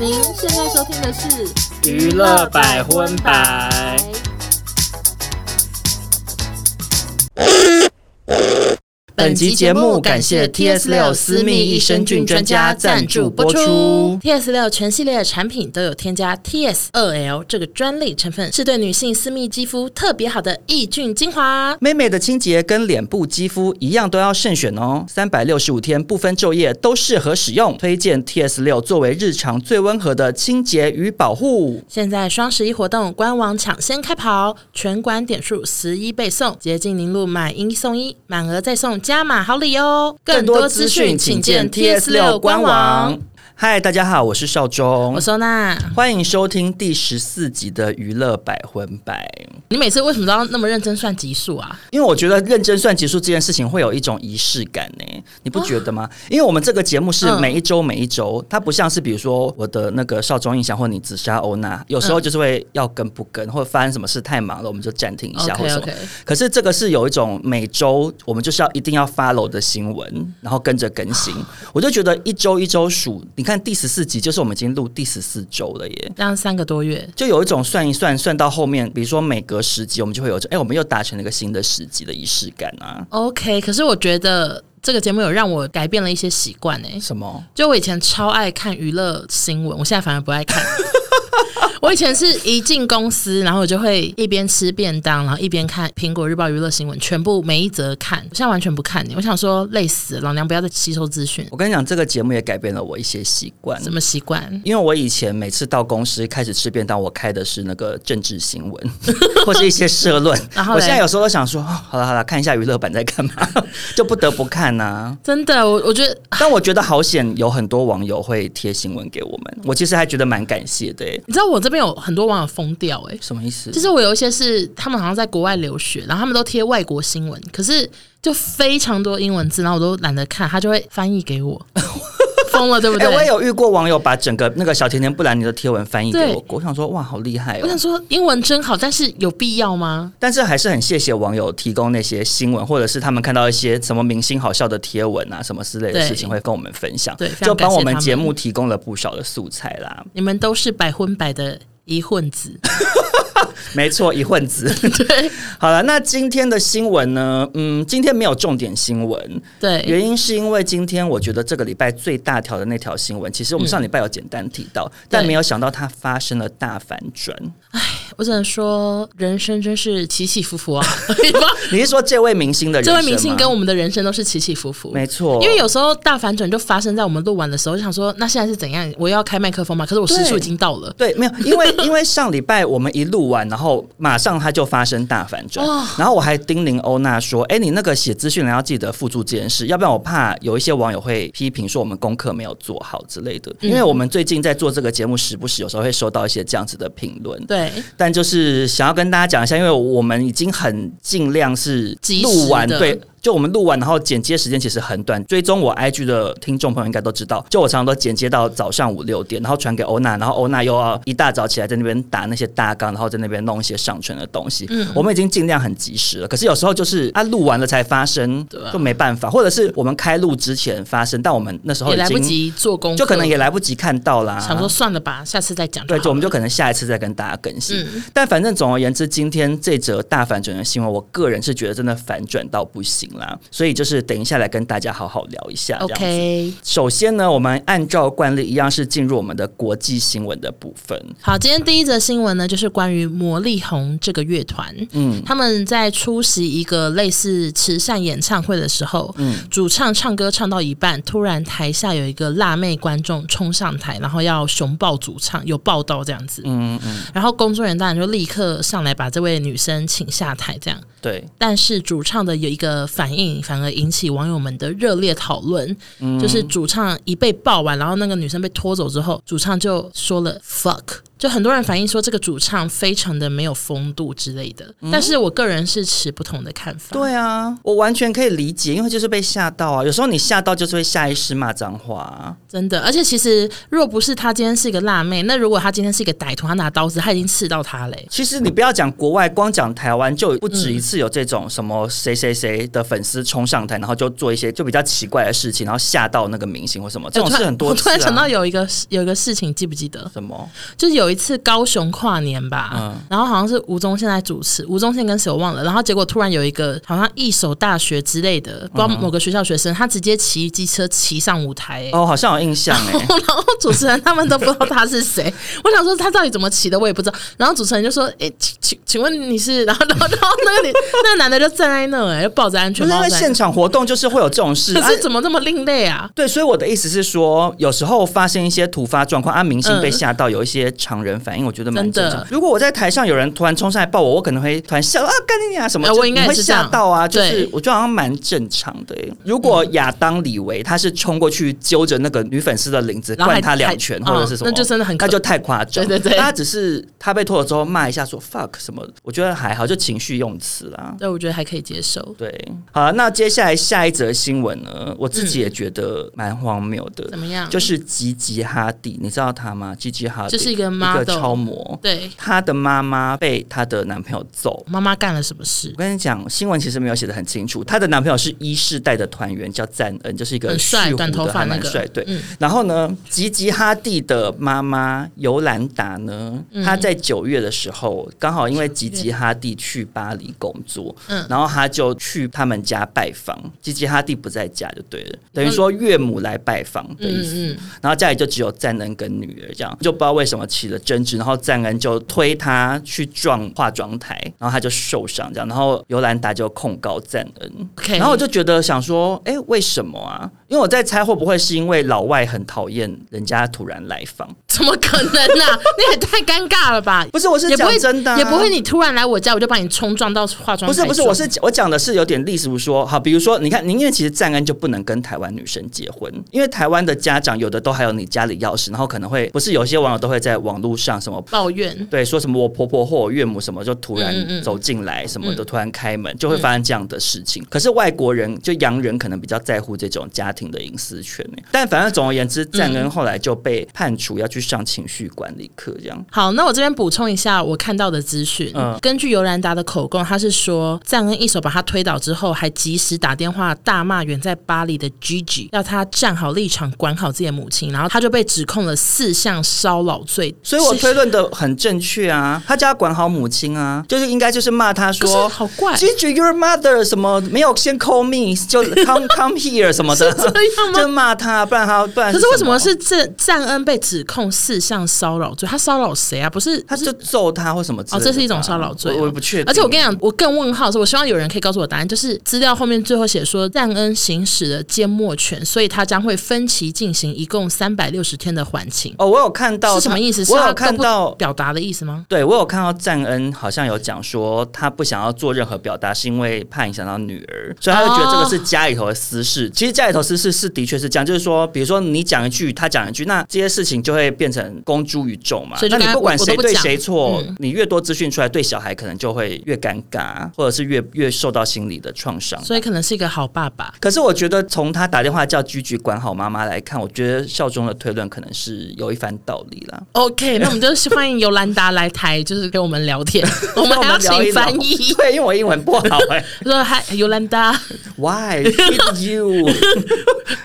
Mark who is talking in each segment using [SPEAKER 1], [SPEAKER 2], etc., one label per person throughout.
[SPEAKER 1] 您现在收听的是《
[SPEAKER 2] 娱乐百分百》。
[SPEAKER 3] 本集节目感谢 TS 六私密益生菌专家赞助播出。
[SPEAKER 4] TS 六全系列的产品都有添加 TS 二 L 这个专利成分，是对女性私密肌肤特别好的抑菌精华。
[SPEAKER 3] 妹妹的清洁跟脸部肌肤一样，都要慎选哦。三百六十五天不分昼夜都适合使用，推荐 TS 六作为日常最温和的清洁与保护。
[SPEAKER 4] 现在双十一活动官网抢先开跑，全馆点数十一倍送，捷径宁路买一送一，满额再送加码好礼哦！更多资讯请见 TS 六官网。。
[SPEAKER 3] 嗨，大家好，我是邵忠
[SPEAKER 4] 我，收纳，
[SPEAKER 3] 欢迎收听第十四集的娱乐百分百。
[SPEAKER 4] 你每次为什么都要那么认真算级数啊？
[SPEAKER 3] 因为我觉得认真算结束这件事情会有一种仪式感呢、你不觉得吗？因为我们这个节目是
[SPEAKER 4] 啊嗯
[SPEAKER 3] 每一周每一周，它不像是比如说我的那个少中印象或你紫砂欧娜，有
[SPEAKER 4] 嗯
[SPEAKER 3] 时候就是会要跟不跟，或者发生什么事太忙了，我们就暂停一下
[SPEAKER 4] OK，
[SPEAKER 3] 或者什么
[SPEAKER 4] OK。
[SPEAKER 3] 可是这个是有一种每周我们就是要一定要 follow 的新闻，然后跟着更 新。我就觉得一周一周数，你看第十四集就是我们已经录第十四周了耶。
[SPEAKER 4] 这样三个多月，
[SPEAKER 3] 就有一种算一算，算到后面，比如说每隔十集，我们就会有一种，哎、我们又达成了一个新的十集的仪式感啊。
[SPEAKER 4] OK，可是我觉得这个节目有让我改变了一些习惯欸诶。
[SPEAKER 3] 什么？
[SPEAKER 4] 就我以前超爱看娱乐新闻，我现在反而不爱看。 我以前是一进公司，然后我就会一边吃便当，然后一边看《苹果日报》娱乐新闻，全部每一则看。我现在完全不看我想说累死了，老娘不要再吸收资讯。
[SPEAKER 3] 我跟你讲，这个节目也改变了我一些习惯。
[SPEAKER 4] 什么习惯？
[SPEAKER 3] 因为我以前每次到公司开始吃便当，我开的是那个政治新闻 或是一些社 论。
[SPEAKER 4] 然后嘞
[SPEAKER 3] 我现在有时候都想说，哦好了好了，看一下娱乐版在干嘛， 就不得不看呐、
[SPEAKER 4] 真的，我我觉得
[SPEAKER 3] 但我觉得好险，有很多网友会贴新闻给我们，我其实还觉得蛮感谢的、欸。
[SPEAKER 4] 你知道我这边有很多网友疯掉哎、
[SPEAKER 3] 什么意思？
[SPEAKER 4] 就是我有一些是他们好像在国外留学，然后他们都贴外国新闻，可是就非常多英文字，然后我都懒得看，他就会翻译给 我，疯了对不
[SPEAKER 3] 哎、
[SPEAKER 4] 对？
[SPEAKER 3] 我也有遇过网友把整个那个小甜甜布兰妮的贴文翻译给
[SPEAKER 4] 对
[SPEAKER 3] 我过，我想说哇，好厉害
[SPEAKER 4] 我
[SPEAKER 3] 哦
[SPEAKER 4] 想！说英文真好，但是有必要吗？
[SPEAKER 3] 但是还是很谢谢网友提供那些新闻，或者是他们看到一些什么明星好笑的贴文啊，什么之类的
[SPEAKER 4] 对
[SPEAKER 3] 事情会跟我们分享，
[SPEAKER 4] 对非常
[SPEAKER 3] 就帮我
[SPEAKER 4] 感谢他
[SPEAKER 3] 们
[SPEAKER 4] 们
[SPEAKER 3] 节目提供了不少的素材啦。
[SPEAKER 4] 你们都是百分百的一混 子，
[SPEAKER 3] 没错，一混子。
[SPEAKER 4] 对
[SPEAKER 3] 好了，那今天的新闻呢？嗯，今天没有重点新闻，
[SPEAKER 4] 对
[SPEAKER 3] 原因是因为今天我觉得这个礼拜最大条的那条新闻，其实我
[SPEAKER 4] 嗯
[SPEAKER 3] 们上礼拜有简单提到，但没有想到它发生了大反转。
[SPEAKER 4] 我只能说人生真是起起伏 伏啊！ 你知道
[SPEAKER 3] 你是说这位明星的人
[SPEAKER 4] 这
[SPEAKER 3] 生吗？
[SPEAKER 4] 位明星跟我们的人生都是起起伏伏，
[SPEAKER 3] 没错，
[SPEAKER 4] 因为有时候大反转就发生在我们录完的时候，就想说那现在是怎样？我要开麦克风嘛？可是我时速
[SPEAKER 3] 对
[SPEAKER 4] 已经到了，
[SPEAKER 3] 对，没有，因为 因为上礼拜我们一录完，然后马上它就发生大反转，然后我还叮咛欧娜说：“哎，你那个写资讯栏要记得附注这件事，要不然我怕有一些网友会批评说我们功课没有做好之类的。”
[SPEAKER 4] 嗯
[SPEAKER 3] 因为我们最近在做这个节目，时不时有时候会收到一些这样子的评论。
[SPEAKER 4] 对
[SPEAKER 3] 但就是想要跟大家讲一下，因为我们已经很尽量是
[SPEAKER 4] 及时的
[SPEAKER 3] 录完，对，就我们录完，然后剪接时间其实很短。追踪我 IG 的听众朋友应该都知道，就我常常都剪接到早上五六点，然后传给欧娜，然后欧娜又要一大早起来在那边打那些大纲，然后在那边弄一些上传的东西。
[SPEAKER 4] 嗯
[SPEAKER 3] 我们已经尽量很及时了，可是有时候就是它录完了才发生，
[SPEAKER 4] 啊
[SPEAKER 3] 就没办法，或者是我们开录之前发生，但我们那时候
[SPEAKER 4] 也
[SPEAKER 3] 已
[SPEAKER 4] 来不
[SPEAKER 3] 经
[SPEAKER 4] 及做功课，
[SPEAKER 3] 就可能也来不及看到啦。
[SPEAKER 4] 想说算了吧，下次再讲就
[SPEAKER 3] 对，
[SPEAKER 4] 好。
[SPEAKER 3] 就我们就可能下一次再跟大家更新。但反正总而言之，今天这则大反转的新闻，我个人是觉得真的反转到不行啦。所以就是等一下来跟大家好好聊一下。这样子
[SPEAKER 4] OK。
[SPEAKER 3] 首先呢，我们按照惯例一样是进入我们的国际新闻的部分。
[SPEAKER 4] 好，今天第一则新闻呢，就是关于魔力红这个乐团，嗯，他们在出席一个类似慈善演唱会的时候，嗯，主唱唱歌唱到一半，突然台下有一个辣妹观众冲上台，然后要熊抱主唱，有报道这样子，嗯嗯，然后工作人员当然就立刻上来把这位女生请下台，这样，
[SPEAKER 3] 对，
[SPEAKER 4] 但是主唱的有一个反应，反而引起网友们的热烈讨论。就是主唱一被爆完，然后那个女生被拖走之后，主唱就说了 “fuck”，就很多人反映说这个主唱非常的没有风度之类的，但是我个人是持不同的看法。
[SPEAKER 3] 对啊，我完全可以理解，因为就是被吓到啊。有时候你吓到就是会下意识骂脏话啊、
[SPEAKER 4] 真的，而且其实若不是她今天是一个辣妹，那如果她今天是一个歹徒，她拿刀子，她已经刺到她嘞、
[SPEAKER 3] 其实你不要讲国外，光讲台湾就不止一次有这种什么谁谁谁的粉丝冲上台，然后就做一些就比较奇怪的事情，然后吓到那个明星或什么，这种事很多
[SPEAKER 4] 哎我
[SPEAKER 3] 次、
[SPEAKER 4] 突
[SPEAKER 3] 啊。
[SPEAKER 4] 然想到有一个有一个事情，记不记得？
[SPEAKER 3] 什么？
[SPEAKER 4] 就是有一次高雄跨年吧，
[SPEAKER 3] 嗯
[SPEAKER 4] 然后好像是吴宗宪在主持，吴宗宪跟谁我忘了，然后结果突然有一个好像一所大学之类的，不知道
[SPEAKER 3] 嗯
[SPEAKER 4] 某个学校学生，他直接骑机车骑上舞台、欸
[SPEAKER 3] 哦，好像有印象 哎、
[SPEAKER 4] 然后主持人他们都不知道他是 谁，我想说他到底怎么骑的，我也不知道。然后主持人就说：“哎、请请请问你是？”然 后然后然后那个女那个男的就站在那、哎，就抱着安
[SPEAKER 3] 不
[SPEAKER 4] 全
[SPEAKER 3] 是因
[SPEAKER 4] 帽
[SPEAKER 3] 为
[SPEAKER 4] 在
[SPEAKER 3] 现。场活动就是会有这种 事，
[SPEAKER 4] 可
[SPEAKER 3] 啊
[SPEAKER 4] 是怎么这么另类啊？
[SPEAKER 3] 对，所以我的意思是说，有时候发生一些突发状况，啊，明星被吓到，有一些常人反应，我觉得蛮
[SPEAKER 4] 真
[SPEAKER 3] 正
[SPEAKER 4] 的
[SPEAKER 3] 常。如果我在台上有人突然冲上来抱我，我可能会突然笑啊，干你啊什么，
[SPEAKER 4] 呃
[SPEAKER 3] 就
[SPEAKER 4] 我应该
[SPEAKER 3] 你
[SPEAKER 4] 也
[SPEAKER 3] 会
[SPEAKER 4] 是这样
[SPEAKER 3] 吓到啊，就是
[SPEAKER 4] 对
[SPEAKER 3] 我觉得好像蛮正常的耶。如果亚当李维他是冲过去揪着那个女粉丝的领子
[SPEAKER 4] 然后
[SPEAKER 3] 灌
[SPEAKER 4] 还
[SPEAKER 3] 他两
[SPEAKER 4] 还
[SPEAKER 3] 拳
[SPEAKER 4] 嗯
[SPEAKER 3] 或者是什么，
[SPEAKER 4] 那就真的很可
[SPEAKER 3] 哦那就太夸张。
[SPEAKER 4] 对对对
[SPEAKER 3] 他只是他被拖了之后骂一下说 fuck 什么，我觉得还好，就情绪用词啦。
[SPEAKER 4] 对，我觉得还可以接受。
[SPEAKER 3] 对，好，那接下来下一则新闻呢，我自己也觉得蛮荒谬的。
[SPEAKER 4] 嗯怎么样？
[SPEAKER 3] 就是吉吉哈迪，你知道她吗？吉吉哈迪
[SPEAKER 4] 就是一个
[SPEAKER 3] 一个
[SPEAKER 4] model
[SPEAKER 3] 超模，
[SPEAKER 4] 对，
[SPEAKER 3] 她的妈妈被她的男朋友揍。
[SPEAKER 4] 妈妈干了什么事
[SPEAKER 3] 我？跟你讲，新闻其实没有写的很清楚。她的男朋友是一世代的团员，叫赞恩，就是一个
[SPEAKER 4] 很帅
[SPEAKER 3] 蓄胡
[SPEAKER 4] 短头
[SPEAKER 3] 的
[SPEAKER 4] 发
[SPEAKER 3] 还
[SPEAKER 4] 那
[SPEAKER 3] 蛮
[SPEAKER 4] 个
[SPEAKER 3] 帅。对，
[SPEAKER 4] 嗯
[SPEAKER 3] 然后呢，吉吉哈蒂的妈妈尤兰达呢，
[SPEAKER 4] 嗯
[SPEAKER 3] 她在九月的时候，刚好因为吉吉哈蒂去巴黎工作，
[SPEAKER 4] 嗯
[SPEAKER 3] 然后她就去他们家拜访。吉吉哈蒂不在家就对了，等于说岳母来拜访的意思。
[SPEAKER 4] 嗯嗯
[SPEAKER 3] 然后家里就只有赞恩跟女儿这样，就不知道为什么起了争执，然后赞恩就推她去撞化妆台，然后她就受伤这样，然后尤兰达就控告赞恩。
[SPEAKER 4] ，OK。
[SPEAKER 3] 然后我就觉得想说，哎、为什么啊？因为我在猜会不会是因为老外很讨厌人家突然来访？
[SPEAKER 4] 怎么可能呢、 啊？那也太尴尬了吧！
[SPEAKER 3] 不是，我是
[SPEAKER 4] 也不
[SPEAKER 3] 讲
[SPEAKER 4] 会
[SPEAKER 3] 真的、啊
[SPEAKER 4] 也不会。你突然来我家，我就把你冲撞到化妆台
[SPEAKER 3] 不是不是，
[SPEAKER 4] 上
[SPEAKER 3] 我是我讲的是有点例如说，好，比如说，你看，您因为其实赞恩就不能跟台湾女生结婚，因为台湾的家长有的都还有你家里钥匙，然后可能会不是有些网友都会在网络上什么
[SPEAKER 4] 抱怨。
[SPEAKER 3] 对，说什么我婆婆或我岳母什么，就突然
[SPEAKER 4] 嗯嗯嗯
[SPEAKER 3] 走进来，什么的突然开门，就会发生这样的事情。可是外国人就洋人可能比较在乎这种家庭的隐私权呢。但反正总而言之，赞恩后来就被判处要去上情绪管理课，这样。
[SPEAKER 4] 好，那我这边补充一下我看到的资讯。
[SPEAKER 3] 嗯
[SPEAKER 4] 根据尤兰达的口供，他是说赞恩一手把他推倒之后，还及时打电话大骂远在巴黎的 Gigi，要他站好立场，管好自己的母亲。然后他就被指控了四项骚扰罪。
[SPEAKER 3] 所以我
[SPEAKER 4] 是
[SPEAKER 3] 推论的很正确啊，他叫他管好母亲啊，就是应该就是骂他
[SPEAKER 4] 可是
[SPEAKER 3] 说。
[SPEAKER 4] 好怪，是
[SPEAKER 3] Gigi, your mother 什么没有先 call me 就 come come here 什么 的，啊
[SPEAKER 4] 这样吗
[SPEAKER 3] 就？骂他，不然他不然
[SPEAKER 4] 可是为
[SPEAKER 3] 什
[SPEAKER 4] 什么是这赞恩被指控四项骚扰罪？他骚扰谁啊？不是
[SPEAKER 3] 他就揍他或什么之类
[SPEAKER 4] 哦，
[SPEAKER 3] 的吧？
[SPEAKER 4] 这是一种骚扰罪哦、
[SPEAKER 3] 我我不确定。
[SPEAKER 4] 而且我跟你讲，我更问号的是，我希望有人可以告诉我答案，就是资料后面最后写说，赞恩行使了缄默权，所以他将会分期进行一共三百六十天的缓刑。
[SPEAKER 3] 哦，我有看到
[SPEAKER 4] 是什
[SPEAKER 3] 他
[SPEAKER 4] 么意思？是
[SPEAKER 3] 我
[SPEAKER 4] 他
[SPEAKER 3] 有看
[SPEAKER 4] 都不
[SPEAKER 3] 到。
[SPEAKER 4] 表达的意思吗？
[SPEAKER 3] 对，我有看到赞恩好像有讲说，他不想要做任何表达，是因为怕影响到女儿，所以他就觉得这个是家里头的私事。
[SPEAKER 4] 哦
[SPEAKER 3] 其实家里头私事是的确是这样，就是说，比如说你讲一句，他讲一句，那这些事情就会变成公诸于众嘛
[SPEAKER 4] 所。以就
[SPEAKER 3] 那你
[SPEAKER 4] 跟他
[SPEAKER 3] 不管
[SPEAKER 4] 我我
[SPEAKER 3] 谁
[SPEAKER 4] 都不
[SPEAKER 3] 对
[SPEAKER 4] 讲
[SPEAKER 3] 谁错，
[SPEAKER 4] 嗯
[SPEAKER 3] 你越多资讯出来，对小孩可能就会越尴尬，或者是越越受到心理的创伤。
[SPEAKER 4] 所以可能是一个好爸爸。
[SPEAKER 3] 可是我觉得从他打电话叫居居管好妈妈来看，我觉得效忠的推论可能是有一番道理啦。
[SPEAKER 4] OK，那我们就是欢迎尤兰达来台， 就是跟我们聊 天，我们还要
[SPEAKER 3] 聊一
[SPEAKER 4] 请
[SPEAKER 3] 聊
[SPEAKER 4] 翻 译。
[SPEAKER 3] 对，因为我英文不 好哎、
[SPEAKER 4] 说嗨，尤兰达，
[SPEAKER 3] Why did you？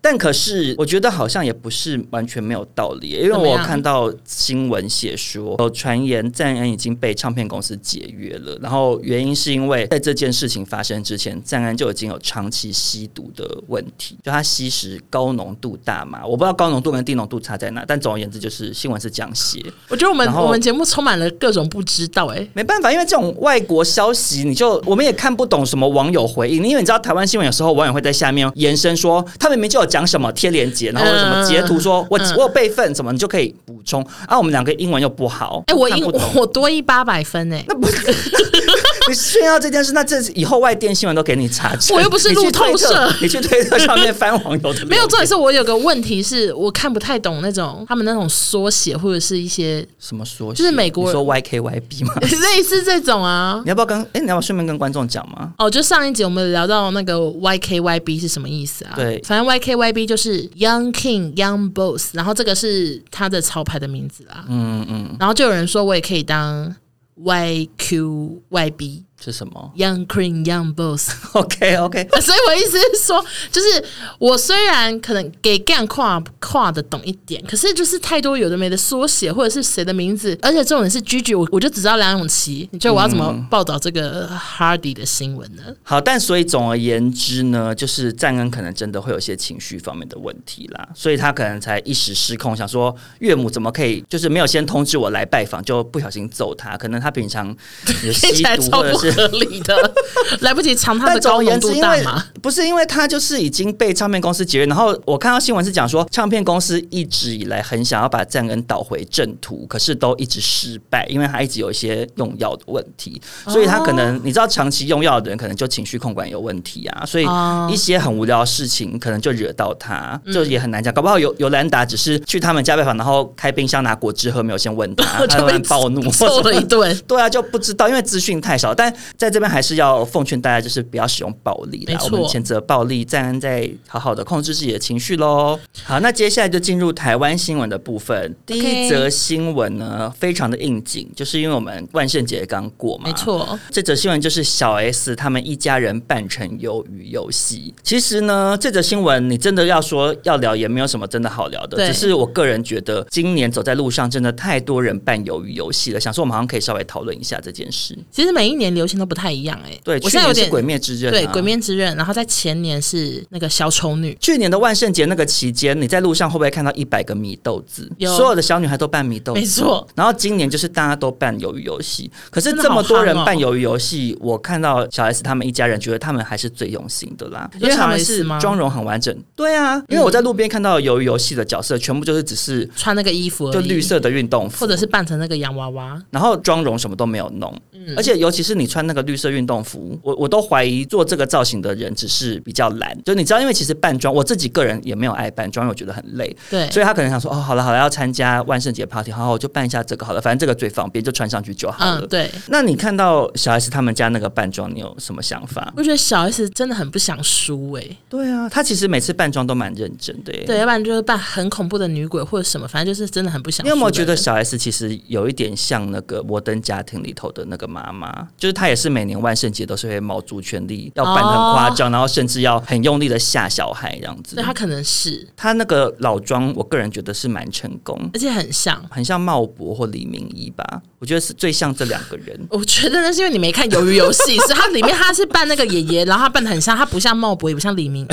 [SPEAKER 3] 但可是我觉得好像也不是完全没有道理，因为
[SPEAKER 4] 怎么
[SPEAKER 3] 我
[SPEAKER 4] 样
[SPEAKER 3] 看到新闻写说有传言赞恩已经被唱片公司解约了，然后原因是因为在这件事情发生之前，赞恩就已经有长期吸毒的问题，就他吸食高浓度大麻，我不知道高浓度跟低浓度差在哪，但总而言之就是新闻是这样写。
[SPEAKER 4] 我觉得我们
[SPEAKER 3] 然后
[SPEAKER 4] 我们节目充满了各种不知道、哎，
[SPEAKER 3] 没办法，因为这种外国消息，你就我们也看不懂什么网友回应，因为你知道台湾新闻有时候网友会在下面延伸说，他们明明就有讲什么贴链接，然后有什么截图说，我、
[SPEAKER 4] 嗯
[SPEAKER 3] 我有备份什么，你就可以补充。啊，我们两个英文又不好，
[SPEAKER 4] 哎、我
[SPEAKER 3] 看
[SPEAKER 4] 英
[SPEAKER 3] 不懂
[SPEAKER 4] 我多一八百分哎、
[SPEAKER 3] 那不是你炫耀这件事，那这以后外电新闻都给你查证。
[SPEAKER 4] 我又不是
[SPEAKER 3] 你去
[SPEAKER 4] 路透
[SPEAKER 3] 推特
[SPEAKER 4] 社
[SPEAKER 3] 你去推特上面翻网友的
[SPEAKER 4] 没有，
[SPEAKER 3] 留
[SPEAKER 4] 重点
[SPEAKER 3] 言
[SPEAKER 4] 是我有个问题是我看不太懂那种他们那种缩写或者是一些
[SPEAKER 3] 什么说，
[SPEAKER 4] 就是美国？
[SPEAKER 3] 你说 YKYB 吗
[SPEAKER 4] 类似这种啊。
[SPEAKER 3] 你要不要跟哎、你要不要顺便跟观众讲吗？
[SPEAKER 4] 哦，就上一集我们聊到那个 YKYB 是什么意思啊？
[SPEAKER 3] 对
[SPEAKER 4] 反正 YKYB 就是 Young King Young Boss，然后这个是他的潮牌的名字啦。
[SPEAKER 3] 嗯嗯，
[SPEAKER 4] 然后就有人说我也可以当 YQYB
[SPEAKER 3] 是什么
[SPEAKER 4] Young King Young Boss，
[SPEAKER 3] ？OK OK，
[SPEAKER 4] 所以我意思是说，就是我虽然可能给干跨跨的懂一点，可是就是太多有的没的缩写或者是谁的名字，而且重点是 Gigi，我我就只知道梁咏琪，你觉得我要怎么报道这 个 Hardy 的新闻呢？
[SPEAKER 3] 好，但所以总而言之呢，就是赞恩可能真的会有一些情绪方面的问题啦，所以他可能才一时失控，想说岳母怎么可以就是没有先通知我来拜访，就不小心揍他，可能他平常有
[SPEAKER 4] 听
[SPEAKER 3] 吸
[SPEAKER 4] 起来
[SPEAKER 3] 毒
[SPEAKER 4] 超
[SPEAKER 3] 或者
[SPEAKER 4] 不
[SPEAKER 3] 是。
[SPEAKER 4] 合理的， 来不及尝他
[SPEAKER 3] 但
[SPEAKER 4] 的
[SPEAKER 3] 总
[SPEAKER 4] 高
[SPEAKER 3] 而
[SPEAKER 4] 浓
[SPEAKER 3] 言之，
[SPEAKER 4] 度
[SPEAKER 3] 因
[SPEAKER 4] 大
[SPEAKER 3] 为
[SPEAKER 4] 麻。
[SPEAKER 3] 不是因为他就是已经被唱片公司解约，然后我看到新闻是讲说，唱片公司一直以来很想要把赞恩导回正途，可是都一直失败，因为他一直有一些用药的问题，
[SPEAKER 4] 哦
[SPEAKER 3] 所以他可能、你知道，长期用药的人可能就情绪控管有问题啊，所以
[SPEAKER 4] 哦
[SPEAKER 3] 一些很无聊的事情可能就惹到他，
[SPEAKER 4] 嗯
[SPEAKER 3] 就也很难讲。搞不好尤尤兰达只是去他们家拜访，然后开冰箱拿果汁喝，没有先问他，他
[SPEAKER 4] 就
[SPEAKER 3] 突
[SPEAKER 4] 被
[SPEAKER 3] 然暴怒，
[SPEAKER 4] 揍了一顿，
[SPEAKER 3] 对啊，就不知道，因为资讯太少。但在这边还是要奉劝大家，就是不要使用暴力
[SPEAKER 4] 没
[SPEAKER 3] 啦。
[SPEAKER 4] 错
[SPEAKER 3] 我们谴责暴力，赞恩再好好的控制自己的情绪喽。好，那接下来就进入台湾新闻的部分。第一
[SPEAKER 4] OK
[SPEAKER 3] 则新闻呢，非常的应景，就是因为我们万圣节刚过嘛，
[SPEAKER 4] 没。错，
[SPEAKER 3] 这则新闻就是小 S 他们一家人扮成鱿鱼游戏。其实呢，这则新闻你真的要说要聊，也没有什么真的好聊的。
[SPEAKER 4] 对
[SPEAKER 3] 只是我个人觉得，今年走在路上真的太多人扮鱿鱼游戏了，想说我们好像可以稍微讨论一下这件事。
[SPEAKER 4] 其实每一年流行都不太一样哎、
[SPEAKER 3] 对，
[SPEAKER 4] 我
[SPEAKER 3] 去
[SPEAKER 4] 现在有
[SPEAKER 3] 年是
[SPEAKER 4] 点
[SPEAKER 3] 《鬼灭之刃》啊
[SPEAKER 4] 对《鬼。面之刃》，然后在前年是那个小丑女，
[SPEAKER 3] 去年的万圣节那个期间，你在路上会不会看到一百个米豆子？
[SPEAKER 4] 有
[SPEAKER 3] 所有的小女孩都扮米豆子，
[SPEAKER 4] 没错。
[SPEAKER 3] 然后今年就是大家都扮鱿鱼游戏，可是
[SPEAKER 4] 真的
[SPEAKER 3] 这么多人
[SPEAKER 4] 好夯哦
[SPEAKER 3] 扮鱿鱼游戏，我看到小 S 他们一家人觉得他们还是最用心的啦，
[SPEAKER 4] 你
[SPEAKER 3] 因
[SPEAKER 4] 说
[SPEAKER 3] 为他
[SPEAKER 4] 小
[SPEAKER 3] 们
[SPEAKER 4] S
[SPEAKER 3] 是
[SPEAKER 4] 吗
[SPEAKER 3] 妆容很完整。对啊，因为我在路边看到鱿鱼游戏的角色，全部就是只是
[SPEAKER 4] 穿那个衣服而已，
[SPEAKER 3] 就绿色的运动服，
[SPEAKER 4] 或者是扮成那个洋娃娃，
[SPEAKER 3] 然后妆容什么都没有弄，
[SPEAKER 4] 嗯
[SPEAKER 3] 而且尤其是你穿那个绿色运动服，我我都怀疑做这个造型的人只是比较懒，就你知道，因为其实扮装，我自己个人也没有爱扮装，因为我觉得很累，
[SPEAKER 4] 对，
[SPEAKER 3] 所以他可能想说，哦，好了好了，要参加万圣节 party，好好我就办一下这个好了，反正这个最方便，就穿上去就好了。
[SPEAKER 4] 嗯，对，
[SPEAKER 3] 那你看到小 S 他们家那个扮装，你有什么想法？
[SPEAKER 4] 我觉得小 S 真的很不想输哎、
[SPEAKER 3] 对啊，他其实每次扮装都蛮认真的耶。
[SPEAKER 4] 对，要不然就是扮很恐怖的女鬼或者什么，反正就是真的很不想输欸的
[SPEAKER 3] 你有
[SPEAKER 4] 人。
[SPEAKER 3] 没有觉得小 S 其实有一点像那个《摩登家庭》里头的那个妈妈？就是她也是每年万圣节都是会卯足全力，要扮得很夸张，然后甚至要很用力的吓小孩这样子
[SPEAKER 4] 对。她可能是，
[SPEAKER 3] 她那个老妆，我个人觉得是蛮成功，
[SPEAKER 4] 而且很像。
[SPEAKER 3] 很像茂博或李明一吧，我觉得是最像这两个人。
[SPEAKER 4] 我觉得那是因为你没看《鱿鱼游 戏》，所以它里面她是扮那个爷爷，然后她扮的很像，她不像茂博，也不像李 明。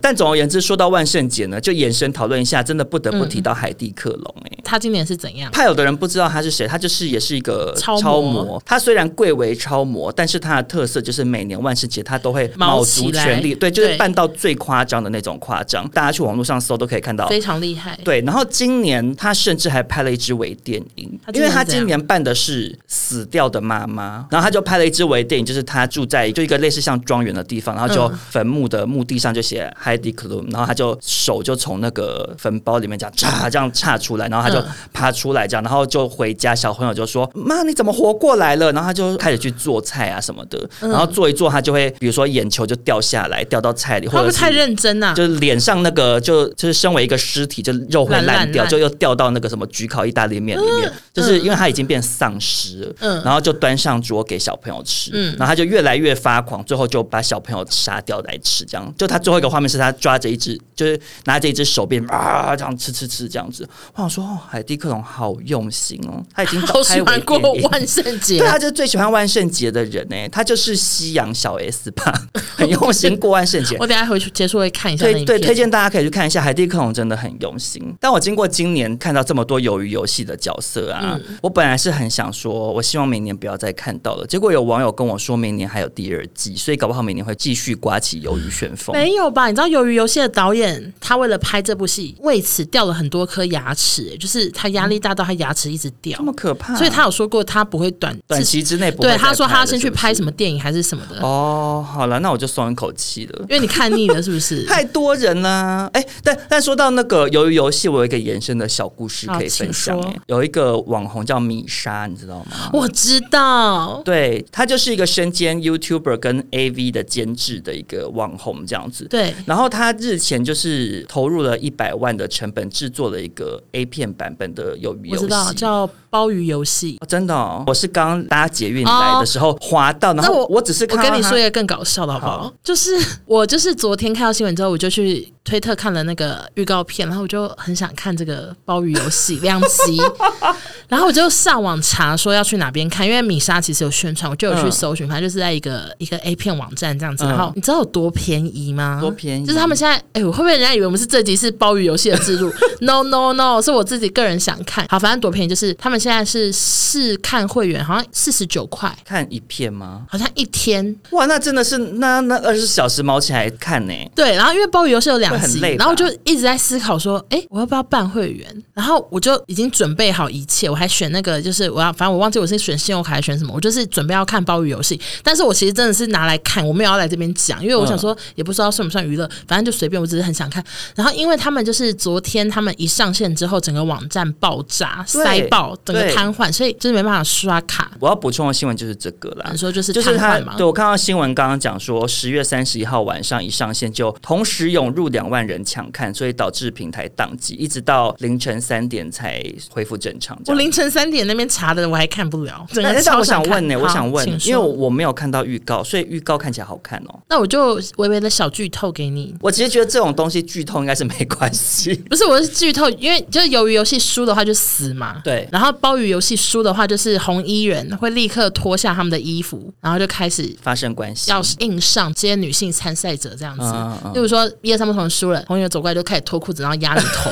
[SPEAKER 3] 但总而言之，说到万圣节呢，就延伸讨论一下，真的不得不提到海蒂克隆哎、欸
[SPEAKER 4] 她今年是怎样？
[SPEAKER 3] 怕有的人不知道他是谁，他就是也是一个
[SPEAKER 4] 超模
[SPEAKER 3] 模。他虽然贵为超模，但是他的特色就是每年万圣节他都会卯
[SPEAKER 4] 毛起
[SPEAKER 3] 足全力，
[SPEAKER 4] 来
[SPEAKER 3] 对，就是
[SPEAKER 4] 对
[SPEAKER 3] 办到最夸张的那种夸张。大家去网络上搜都可以看到。
[SPEAKER 4] 非常厉害。
[SPEAKER 3] 对，然后今年他甚至还拍了一支微电影
[SPEAKER 4] 他，
[SPEAKER 3] 因
[SPEAKER 4] 今年
[SPEAKER 3] 为他
[SPEAKER 4] 是怎样
[SPEAKER 3] 今年办的是死掉的妈妈，然后他就拍了一支微电影，就是他住在就一个类似像庄园的地方，然后就
[SPEAKER 4] 嗯
[SPEAKER 3] 坟墓的墓地上就写 Heidi Klum，然后他就手就从那个坟包里面这样叉这样叉出来，然后他就
[SPEAKER 4] 嗯
[SPEAKER 3] 爬出来这样，然后就回家，小朋友就说妈你怎么活过来了？然后他就开始去做菜啊什么的，然后做一做他就会比如说眼球就掉下来，掉到菜里，
[SPEAKER 4] 她
[SPEAKER 3] 或
[SPEAKER 4] 会不会
[SPEAKER 3] 者是
[SPEAKER 4] 太认真啊？
[SPEAKER 3] 就是脸上那个，就就是身为一个尸体，就肉会
[SPEAKER 4] 烂
[SPEAKER 3] 烂
[SPEAKER 4] 烂
[SPEAKER 3] 掉，
[SPEAKER 4] 烂
[SPEAKER 3] 就又掉到那个什么焗烤意大利面里面，就是因为他已经变丧尸了，
[SPEAKER 4] 嗯
[SPEAKER 3] 然后就端上桌给小朋友吃，
[SPEAKER 4] 嗯
[SPEAKER 3] 然后他就越来越发狂，最后就把小朋友杀掉来吃，这样，就他最后一个画面是他抓着一只，就是拿着一只手臂啊这样吃吃吃这样子，我想说哦，海蒂克隆好用心哦，他已经
[SPEAKER 4] 好喜欢
[SPEAKER 3] 拍完
[SPEAKER 4] 过万圣节
[SPEAKER 3] 对，，啊他就是最喜欢万圣节的人呢、欸他就是西洋小 S 吧，很用心过万圣节。
[SPEAKER 4] 我等一下回去结束会看一下那
[SPEAKER 3] 对
[SPEAKER 4] 影
[SPEAKER 3] 对，
[SPEAKER 4] 片。
[SPEAKER 3] 推荐大家可以去看一下《海蒂克隆》，真的很用心。但我经过今年看到这么多鱿鱼游戏的角色啊，
[SPEAKER 4] 嗯
[SPEAKER 3] 我本来是很想说，我希望明年不要再看到了。结果有网友跟我说明年还有第二季，所以搞不好明年会继续刮起鱿鱼旋风。
[SPEAKER 4] 没有吧？你知道由于游戏的导演他为了拍这部戏，为此掉了很多颗牙齿，就是他压力大到他牙齿一直掉
[SPEAKER 3] 这，么可怕，啊
[SPEAKER 4] 所以他有说过他不会短
[SPEAKER 3] 短期之内不会
[SPEAKER 4] 对
[SPEAKER 3] 再
[SPEAKER 4] 他说他要先去
[SPEAKER 3] 了
[SPEAKER 4] 拍
[SPEAKER 3] 是
[SPEAKER 4] 什
[SPEAKER 3] 不
[SPEAKER 4] 么电影还是什么的，
[SPEAKER 3] 是哦，好了，那我就松一口气了。
[SPEAKER 4] 因为你看腻了是不是？
[SPEAKER 3] 太多人啦、哎、但但说到那个鱿鱼游戏，我有一个延伸的小故事
[SPEAKER 4] 好
[SPEAKER 3] 可以分享、
[SPEAKER 4] 请说
[SPEAKER 3] 哎有一个网红叫米莎，你知道吗？
[SPEAKER 4] 我知道，
[SPEAKER 3] 对，她就是一个身兼 YouTuber 跟 AV 的监制的一个网红这样子。
[SPEAKER 4] 对，
[SPEAKER 3] 然后她日前就是投入了一百万的成本制作了一个 A 片版本的鱿鱼
[SPEAKER 4] 我
[SPEAKER 3] 游
[SPEAKER 4] 知道
[SPEAKER 3] 戏。
[SPEAKER 4] 叫鲍鱼游戏。
[SPEAKER 3] 哦真的、哦，我是刚搭捷运来的时候滑到，然
[SPEAKER 4] 哦那
[SPEAKER 3] 后
[SPEAKER 4] 我
[SPEAKER 3] 我只是
[SPEAKER 4] 我
[SPEAKER 3] 看到
[SPEAKER 4] 跟你
[SPEAKER 3] 她
[SPEAKER 4] 说一个更搞笑的好不好？就是我就是昨天看到新闻之后，我就去推特看了那个预告片，然后我就很想看这个鲍鱼游戏两集， 然后我就上网查说要去哪边看，因为米莎其实有宣传，我就有去
[SPEAKER 3] 嗯
[SPEAKER 4] 搜寻，反正就是在一个一个 A 片网站这样子。
[SPEAKER 3] 嗯
[SPEAKER 4] 然后你知道有多便宜吗？
[SPEAKER 3] 多便宜
[SPEAKER 4] 就是他们现在，哎、我会不会人家以为我们是这集是鲍鱼游戏的置 入？No No No，是我自己个人想看。好，反正多便宜，就是他们现在是试看会员，好像四十九块。
[SPEAKER 3] 看一片吗？
[SPEAKER 4] 好像一天
[SPEAKER 3] 哇，那真的是那那二十小时毛起来看呢、
[SPEAKER 4] 对，然后因为鲍鱼游戏有两
[SPEAKER 3] 会
[SPEAKER 4] 集
[SPEAKER 3] 很累，吧
[SPEAKER 4] 然后我就一直在思考说，哎，我要不要办会员？然后我就已经准备好一切，我还选那个，就是我要，反正我忘记我是选信用卡还是选什么，我就是准备要看鲍鱼游戏。但是我其实真的是拿来看，我没有要来这边讲，因为我
[SPEAKER 3] 嗯
[SPEAKER 4] 想说，也不知道算不算娱乐，反正就随便，我只是很想看。然后因为他们就是昨天他们一上线之后，整个网站爆炸、
[SPEAKER 3] 对
[SPEAKER 4] 塞爆，整个
[SPEAKER 3] 对
[SPEAKER 4] 瘫痪，所以就是没办法刷卡。
[SPEAKER 3] 我要补充的新闻就是这个啦
[SPEAKER 4] 你。说就是
[SPEAKER 3] 就
[SPEAKER 4] 瘫
[SPEAKER 3] 是他
[SPEAKER 4] 痪，嘛？
[SPEAKER 3] 对我看到新闻刚刚讲说，十月三十一号晚上一上线就同时涌入两万人抢看，所以导致平台宕机，一直到凌晨三点才恢复正常。这
[SPEAKER 4] 我
[SPEAKER 3] 样
[SPEAKER 4] 凌晨三点那边查的，我还看不了。整个
[SPEAKER 3] 但但
[SPEAKER 4] 超
[SPEAKER 3] 我想
[SPEAKER 4] 看
[SPEAKER 3] 问呢、欸我
[SPEAKER 4] 好
[SPEAKER 3] 想问
[SPEAKER 4] 请，
[SPEAKER 3] 因为
[SPEAKER 4] 说
[SPEAKER 3] 我没有看到预告，所以预告看起来好看哦。
[SPEAKER 4] 那我就微微的小剧透给你。
[SPEAKER 3] 我其实觉得这种东西剧透应该是没关系。
[SPEAKER 4] 不是，我是剧透，因为就是鱿鱼游戏输的话就死嘛，
[SPEAKER 3] 对
[SPEAKER 4] 然后鲍鱼游戏输的话，就是红衣人会立刻脱下他们的衣服，然后就开始
[SPEAKER 3] 发生关系
[SPEAKER 4] 要硬上这些女性参赛者这样子。
[SPEAKER 3] 嗯嗯嗯
[SPEAKER 4] 例如说一二三木头人输了，红衣人走过来就开始脱裤子，然后压你 头。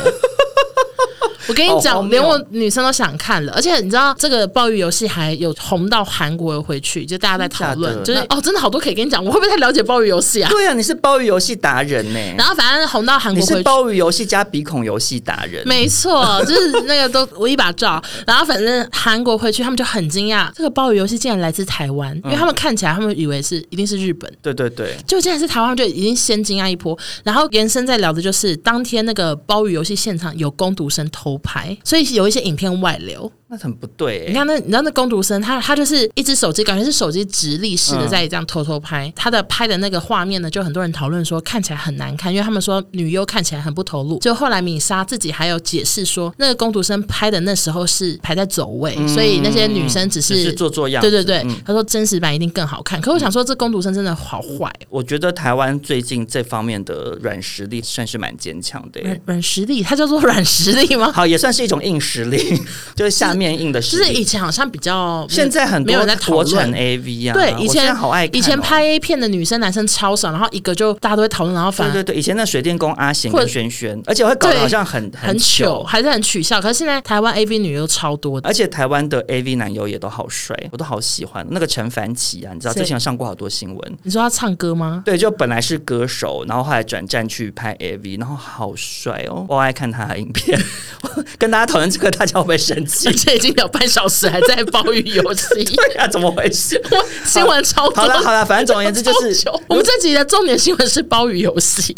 [SPEAKER 4] 我跟你
[SPEAKER 3] 好
[SPEAKER 4] 讲，
[SPEAKER 3] 荒谬
[SPEAKER 4] 连我女生都想看了，而且你知道这个鲍鱼游戏还有红到韩国回去，就大家在讨论，就
[SPEAKER 3] 真
[SPEAKER 4] 是
[SPEAKER 3] 的假的
[SPEAKER 4] 哦，真的好多可以跟你讲，我会不会太了解鲍鱼游戏啊？
[SPEAKER 3] 对啊，你是鲍鱼游戏达人呢、
[SPEAKER 4] 然后反正红到韩
[SPEAKER 3] 你
[SPEAKER 4] 国回
[SPEAKER 3] 是
[SPEAKER 4] 去，
[SPEAKER 3] 鲍鱼游戏加鼻孔游戏达人。
[SPEAKER 4] 没错，就是那个都我一把照。然后反正韩国回去，他们就很惊讶，这个鲍鱼游戏竟然来自台湾，因为
[SPEAKER 3] 嗯
[SPEAKER 4] 他们看起来他们以为是一定是日本。
[SPEAKER 3] 对对对，
[SPEAKER 4] 就竟然是台湾，就已经先惊讶一波。然后延伸在聊的就是当天那个鲍鱼游戏现场有攻读生偷拍，所以有一些影片外流。
[SPEAKER 3] 那很不对、欸。
[SPEAKER 4] 你看那，你知道那攻读生他他就是一只手机，感觉是手机直立式的
[SPEAKER 3] 嗯
[SPEAKER 4] 在这样偷偷拍，他的拍的那个画面呢，就很多人讨论说看起来很难看，因为他们说女优看起来很不投入。就后来米莎自己还有解释说，那个攻读生拍的那时候是排在走位，所以那些女生只是。
[SPEAKER 3] 嗯只是做做样
[SPEAKER 4] 对
[SPEAKER 3] 子。嗯
[SPEAKER 4] 对对，他说真实版一定更好看。可我想说，这攻读生真的好坏哦，
[SPEAKER 3] 我觉得台湾最近这方面的软实力算是蛮坚强的耶、
[SPEAKER 4] 软软实力，它叫做软实力吗？
[SPEAKER 3] 好，也算是一种硬实力， 就是下面硬的
[SPEAKER 4] 就
[SPEAKER 3] 实
[SPEAKER 4] 是
[SPEAKER 3] 力。
[SPEAKER 4] 以前好像比较没有
[SPEAKER 3] 现在很
[SPEAKER 4] 没有
[SPEAKER 3] 多
[SPEAKER 4] 人在讨
[SPEAKER 3] 国
[SPEAKER 4] 论
[SPEAKER 3] 产 AV 啊，
[SPEAKER 4] 对，
[SPEAKER 3] 我
[SPEAKER 4] 以
[SPEAKER 3] 现在
[SPEAKER 4] 前
[SPEAKER 3] 好爱看哦
[SPEAKER 4] 以前拍 A 片的女生男生超少，然后一个就大家都会讨论，然后反
[SPEAKER 3] 对
[SPEAKER 4] 而
[SPEAKER 3] 对对，以前那水电工阿贤
[SPEAKER 4] 或
[SPEAKER 3] 跟轩轩，而且会搞得
[SPEAKER 4] 对
[SPEAKER 3] 好像很
[SPEAKER 4] 很糗，
[SPEAKER 3] 糗，哎
[SPEAKER 4] 还是很取笑。可是现在台湾 AV 女优超多的，
[SPEAKER 3] 而且台湾的 AV 男优也都好帅，我都好喜欢。那个陈凡奇啊，你知道
[SPEAKER 4] 谁
[SPEAKER 3] 之前有上过好多新闻，
[SPEAKER 4] 你说她唱歌吗？
[SPEAKER 3] 对，就本来是歌手，然后后来转战去拍 AV，然后好帅哦，我爱看他的影片。 跟大家讨论这个，大家会不会生气
[SPEAKER 4] 而？且已经有半小时还在暴雨游 戏，
[SPEAKER 3] 对啊，怎么回事？
[SPEAKER 4] 我 新闻超多。
[SPEAKER 3] 好了好了，反正总而言之就是
[SPEAKER 4] 超久我们这集的重点新闻是鲍鱼游戏，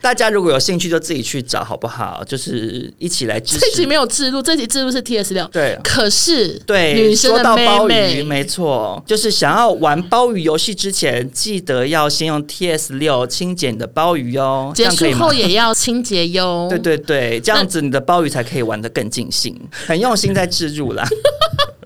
[SPEAKER 3] 大家如果有兴趣，就自己去找好不好？就是一起来支
[SPEAKER 4] 这集
[SPEAKER 3] 持。
[SPEAKER 4] 没有置入，这集置入是 T S 六。
[SPEAKER 3] 对
[SPEAKER 4] 可是
[SPEAKER 3] 对，
[SPEAKER 4] 女生
[SPEAKER 3] 说
[SPEAKER 4] 的
[SPEAKER 3] 到
[SPEAKER 4] 妹
[SPEAKER 3] 鲍鱼，
[SPEAKER 4] 妹，
[SPEAKER 3] 没错，就是想要玩鲍鱼游戏之前，记得要先用 TS 六清洁你的鲍鱼哦，这
[SPEAKER 4] 结
[SPEAKER 3] 样可
[SPEAKER 4] 束
[SPEAKER 3] 以吗
[SPEAKER 4] 后？也要清洁哟。
[SPEAKER 3] 对对对，这样子你的鲍鱼才可以玩得更尽兴，很用心在置入啦。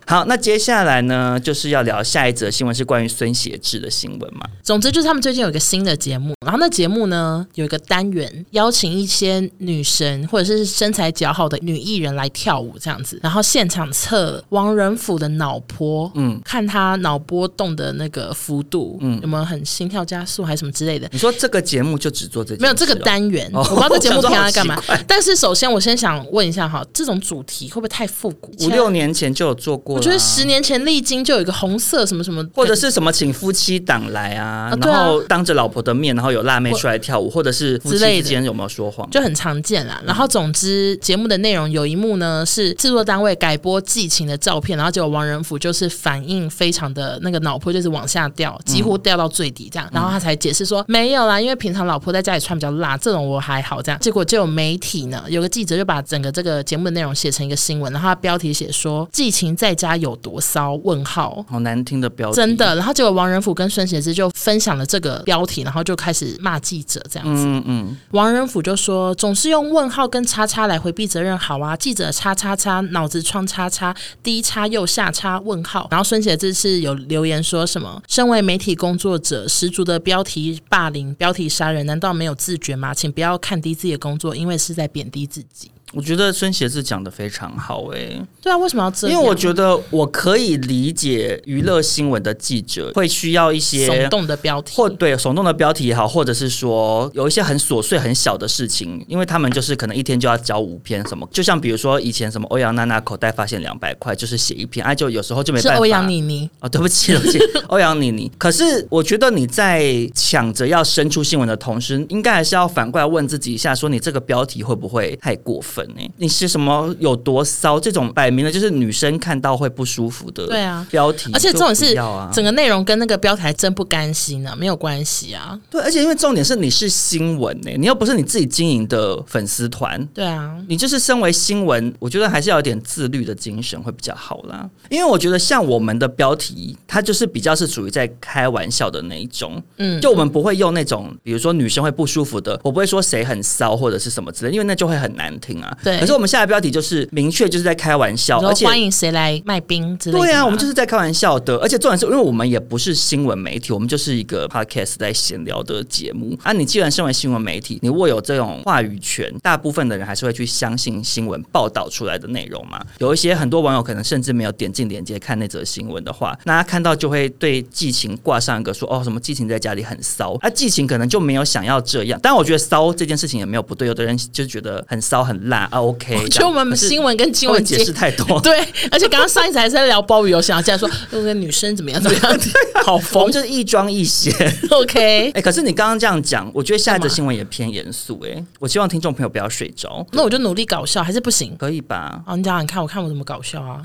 [SPEAKER 3] 好，那接下来呢，就是要聊下一则新闻，是关于孙协志的新闻嘛？
[SPEAKER 4] 总之就是他们最近有一个新的节目，然后那节目呢有一个单元，邀请一些女神或者是身材较好的女艺人来跳舞这样子，然后现场测王仁甫的脑波，嗯，看他脑波动的那个幅度，嗯，有没有很心跳加速还是什么之类的。
[SPEAKER 3] 你说这个节目就只做这件事哦、
[SPEAKER 4] 没有这个单元，
[SPEAKER 3] 哦
[SPEAKER 4] 我不知道这节目平常在干
[SPEAKER 3] 我
[SPEAKER 4] 嘛
[SPEAKER 3] 想说好奇怪。
[SPEAKER 4] 但是首先，我先想问一下哈，这种主题会不会太复古？
[SPEAKER 3] 五六年前就有做过过
[SPEAKER 4] 我
[SPEAKER 3] 啦。
[SPEAKER 4] 觉得十年前历经就有一个红色什么什么，
[SPEAKER 3] 或者是什么请夫妻档来啊，
[SPEAKER 4] 啊对
[SPEAKER 3] 然
[SPEAKER 4] 啊
[SPEAKER 3] 后当着老婆的面，然后有辣妹出来跳舞，或者是夫妻
[SPEAKER 4] 之类
[SPEAKER 3] 之
[SPEAKER 4] 的
[SPEAKER 3] 间有没有说谎？
[SPEAKER 4] 就很常见啦。然后总之节目的内容有一幕呢是制作单位改播季情的照片，然后结果王仁甫就是反应非常的那个脑波就是往下掉，几乎掉到最底这样，然后他才解释说没有啦，因为平常老婆在家里穿比较辣，这种我还好这样。结果就有媒体呢，有个记者就把整个这个节目的内容写成一个新闻，然后他标题写说季情在家有多骚？问号。
[SPEAKER 3] 好难听的标题，
[SPEAKER 4] 真，的，然后结果王仁甫跟孙协之就分享了这个标题，然后就开始骂记者这样子。
[SPEAKER 3] 嗯嗯，
[SPEAKER 4] 王仁甫就说：“总是用问号跟叉叉来回避责任，好啊！记者叉叉叉，脑子窗叉叉，低叉又下叉问号。”然后孙协志是有留言说什么：“身为媒体工作者，十足的标题霸凌、标题杀人，难道没有自觉吗？请不要看低自己的工作，因为是在贬低自己。
[SPEAKER 3] 我觉得孙协志讲的非常好诶、”
[SPEAKER 4] 对啊，为什么要这
[SPEAKER 3] 因
[SPEAKER 4] 样？
[SPEAKER 3] 为我觉得我可以理解娱乐新闻的记者会需要一
[SPEAKER 4] 耸
[SPEAKER 3] 些。
[SPEAKER 4] 动的标题，
[SPEAKER 3] 或对耸动的标题也好，或者是说有一些很琐碎、很小的事情，因为他们就是可能一天就要交五篇什么，就像比如说以前什么欧阳娜娜口袋发现两百块，就是写一篇，哎、就有时候就没
[SPEAKER 4] 是
[SPEAKER 3] 办法。
[SPEAKER 4] 欧阳妮妮。
[SPEAKER 3] 哦，对不起，对不 起，欧阳妮妮。可是我觉得你在抢着要生出新闻的同时，应该还是要反过来问自己一下，说你这个标题会不会太过分呢、你是什么有多骚？这种摆明了就是女生看到会不舒服的
[SPEAKER 4] 对啊
[SPEAKER 3] 标题就不要啊，
[SPEAKER 4] 而且这种是
[SPEAKER 3] 啊
[SPEAKER 4] 整个内容跟那个标题还真不甘心呢、没有关系啊。
[SPEAKER 3] 对，而且因为重点是你是新闻呢、你又不是你自己经营的粉丝团，
[SPEAKER 4] 对啊，
[SPEAKER 3] 你就是身为新闻，我觉得还是要有点自律的精神会比较好啦。因为我觉得像我们的标题，它就是比较是属于在开玩笑的那一种，
[SPEAKER 4] 嗯
[SPEAKER 3] 就我们不会用那种，比如说女生会不舒服的，我不会说谁很骚或者是什么之类，因为那就会很难听啊。
[SPEAKER 4] 对
[SPEAKER 3] 可是我们下的标题就是明确就是在开玩笑，
[SPEAKER 4] 然
[SPEAKER 3] 哦而
[SPEAKER 4] 后
[SPEAKER 3] 且
[SPEAKER 4] 欢迎谁来卖冰之类的吗。
[SPEAKER 3] 对啊，我们就是在开玩笑的，而且重点是因为我们也不是新闻媒体，我们就是一个 podcast 在闲聊的节目啊。你既然身为新闻媒体，你握有这种话语权，大部分的人还是会去相信新闻报道出来的内容嘛。有一些很多网友可能甚至没有点进链接看那则新闻的话，那他看到就会对季情挂上一个说哦什么季情在家里很骚，啊季情可能就没有想要这样。但我觉得骚这件事情也没有不对，有的人就觉得很骚很辣啊 OK 这样。
[SPEAKER 4] 我觉得我们
[SPEAKER 3] 可是
[SPEAKER 4] 新闻跟新
[SPEAKER 3] 他们
[SPEAKER 4] 闻
[SPEAKER 3] 解
[SPEAKER 4] 界
[SPEAKER 3] 释太多，
[SPEAKER 4] 对，而且刚刚上一次还是在聊鲍鱼游戏，然后竟然说 那个女生怎么样怎么样， 好
[SPEAKER 3] 我
[SPEAKER 4] 疯
[SPEAKER 3] 们就是亦庄亦谐。
[SPEAKER 4] ，OK
[SPEAKER 3] 哎、。可是你刚刚这样讲，我觉得下一则
[SPEAKER 4] 干嘛
[SPEAKER 3] 新闻也偏严肃哎，我希望听众朋友不要睡着，
[SPEAKER 4] 那我就努力搞笑，还是不行
[SPEAKER 3] 可以吧？
[SPEAKER 4] 啊？你讲讲看，我看我怎么搞笑啊？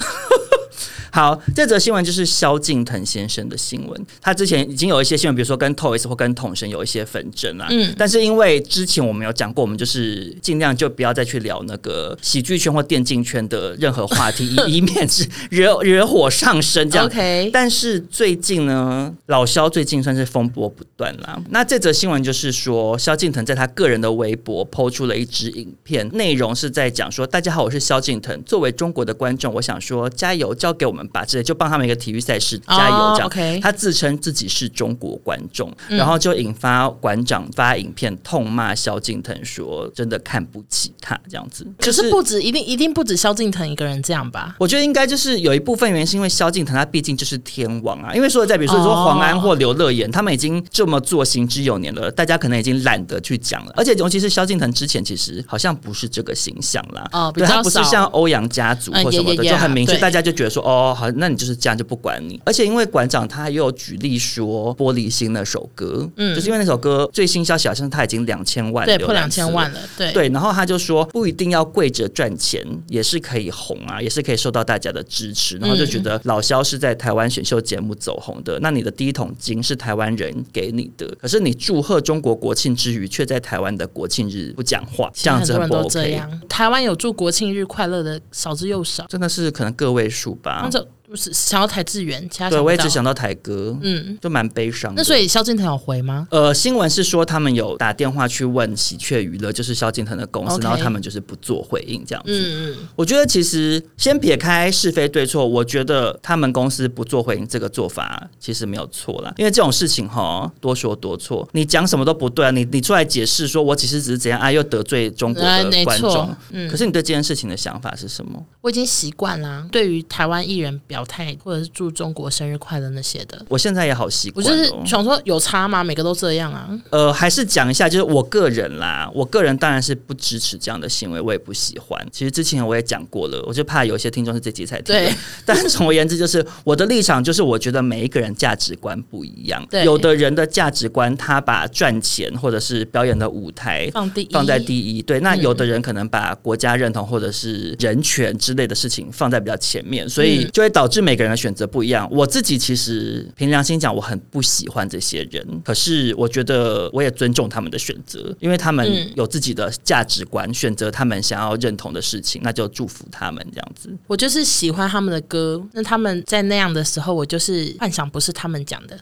[SPEAKER 3] 好，这则新闻就是萧敬腾先生的新闻，他之前已经有一些新闻，比如说跟 Toys 或跟统神有一些纷争啦。嗯
[SPEAKER 4] 嗯，
[SPEAKER 3] 但是因为之前我们有讲过，我们就是尽量就不要再去聊那个喜剧圈或电竞圈的任何话题， 以以免是惹惹火上身这样。
[SPEAKER 4] OK
[SPEAKER 3] 但是最近呢，老萧最近算是风波不断啦。那这则新闻就是说，萧敬腾在他个人的微博抛出了一支影片，内容是在讲说：“大家好，我是萧敬腾。作为中国的观众，我想说加油，交给我们吧。”之类，就帮他们一个体育赛事加油
[SPEAKER 4] 哦
[SPEAKER 3] 这样。
[SPEAKER 4] OK 嗯
[SPEAKER 3] 他自称自己是中国观众，然后就引发馆长发影片痛骂萧敬腾说：“真的看不起他。”这样子，
[SPEAKER 4] 可是不止，一定一定不止萧敬腾一个人这样吧？
[SPEAKER 3] 我觉得应该就是有一部分原因是因为萧敬腾他毕竟就是天王啊，因为说实在，比如说说黄安
[SPEAKER 4] 哦
[SPEAKER 3] 或刘乐言，他们已经这么做行之有年了，大家可能已经懒得去讲了。而且尤其是萧敬腾之前其实好像不是这个形象啦，
[SPEAKER 4] 哦比
[SPEAKER 3] 对
[SPEAKER 4] 较
[SPEAKER 3] 他不是
[SPEAKER 4] 少
[SPEAKER 3] 像欧阳家族
[SPEAKER 4] 嗯
[SPEAKER 3] 或什么的、
[SPEAKER 4] 也也也
[SPEAKER 3] 就很明确，
[SPEAKER 4] 对
[SPEAKER 3] 大家就觉得说哦好，那你就是这样就不管你。而且因为馆长他也有举例说《玻璃心》那首歌，嗯，
[SPEAKER 4] 嗯
[SPEAKER 3] 就是因为那首歌最新消息好像他已经两千万
[SPEAKER 4] 对，
[SPEAKER 3] 浏
[SPEAKER 4] 破
[SPEAKER 3] 览
[SPEAKER 4] 两
[SPEAKER 3] 次
[SPEAKER 4] 千
[SPEAKER 3] 了
[SPEAKER 4] 万了，对
[SPEAKER 3] 对，然后他就说不一定要跪着赚钱，也是可以红啊，也是可以受到大家的支持。然后就觉得老萧是在台湾选秀节目走红的，那你的第一桶金是台湾人给你的，可是你祝贺中国国庆之余，却在台湾的国庆日不讲话，这样
[SPEAKER 4] 很
[SPEAKER 3] 子
[SPEAKER 4] 多人
[SPEAKER 3] 很不
[SPEAKER 4] 都这
[SPEAKER 3] OK。
[SPEAKER 4] 样。台湾有祝国庆日快乐的少之又少，
[SPEAKER 3] 真的是可能个位数吧
[SPEAKER 4] 那。这不是想要台志远，其他
[SPEAKER 3] 对，
[SPEAKER 4] 不
[SPEAKER 3] 我也
[SPEAKER 4] 到
[SPEAKER 3] 只想到台哥，
[SPEAKER 4] 嗯，
[SPEAKER 3] 就蛮悲伤的。
[SPEAKER 4] 那所以萧敬腾有回吗？
[SPEAKER 3] 呃，新闻是说他们有打电话去问喜鹊娱乐，就是萧敬腾的公司
[SPEAKER 4] OK
[SPEAKER 3] 然后他们就是不做回应这样子。
[SPEAKER 4] 嗯嗯，
[SPEAKER 3] 我觉得其实先撇开是非对错，我觉得他们公司不做回应这个做法其实没有错啦，因为这种事情哈，多说多错，你讲什么都不对啊，你你出来解释说我其实只是怎样啊，又得罪中国
[SPEAKER 4] 哎
[SPEAKER 3] 的
[SPEAKER 4] 没
[SPEAKER 3] 观
[SPEAKER 4] 错
[SPEAKER 3] 众，
[SPEAKER 4] 嗯
[SPEAKER 3] 可是你对这件事情的想法是什么？
[SPEAKER 4] 我已经习惯啦。对于台湾艺人表表态，或者是祝中国生日快乐那些的。
[SPEAKER 3] 我现在也好习
[SPEAKER 4] 我
[SPEAKER 3] 惯、哦，
[SPEAKER 4] 就是想说有差吗？每个都这样啊？
[SPEAKER 3] 呃，还是讲一下，就是我个人啦，我个人当然是不支持这样的行为，我也不喜欢。其实之前我也讲过了，我就怕有一些听众是这集才听的。
[SPEAKER 4] 对，
[SPEAKER 3] 但总而言之，就是我的立场就是，我觉得每一个人价值观不一样。
[SPEAKER 4] 对
[SPEAKER 3] 有的人的价值观，他把赚钱或者是表演的舞台
[SPEAKER 4] 放第一，嗯
[SPEAKER 3] 放在第一，对。那有的人可能把国家认同或者是人权之类的事情放在比较前面，所以
[SPEAKER 4] 嗯
[SPEAKER 3] 就会导致每个人的选择不一样。我自己其实凭良心讲，我很不喜欢这些人，可是我觉得我也尊重他们的选择，因为他们
[SPEAKER 4] 嗯
[SPEAKER 3] 有自己的价值观，选择他们想要认同的事情，那就祝福他们这样子。
[SPEAKER 4] 我就是喜欢他们的歌。那他们在那样的时候，我就是幻想不是他们讲 的，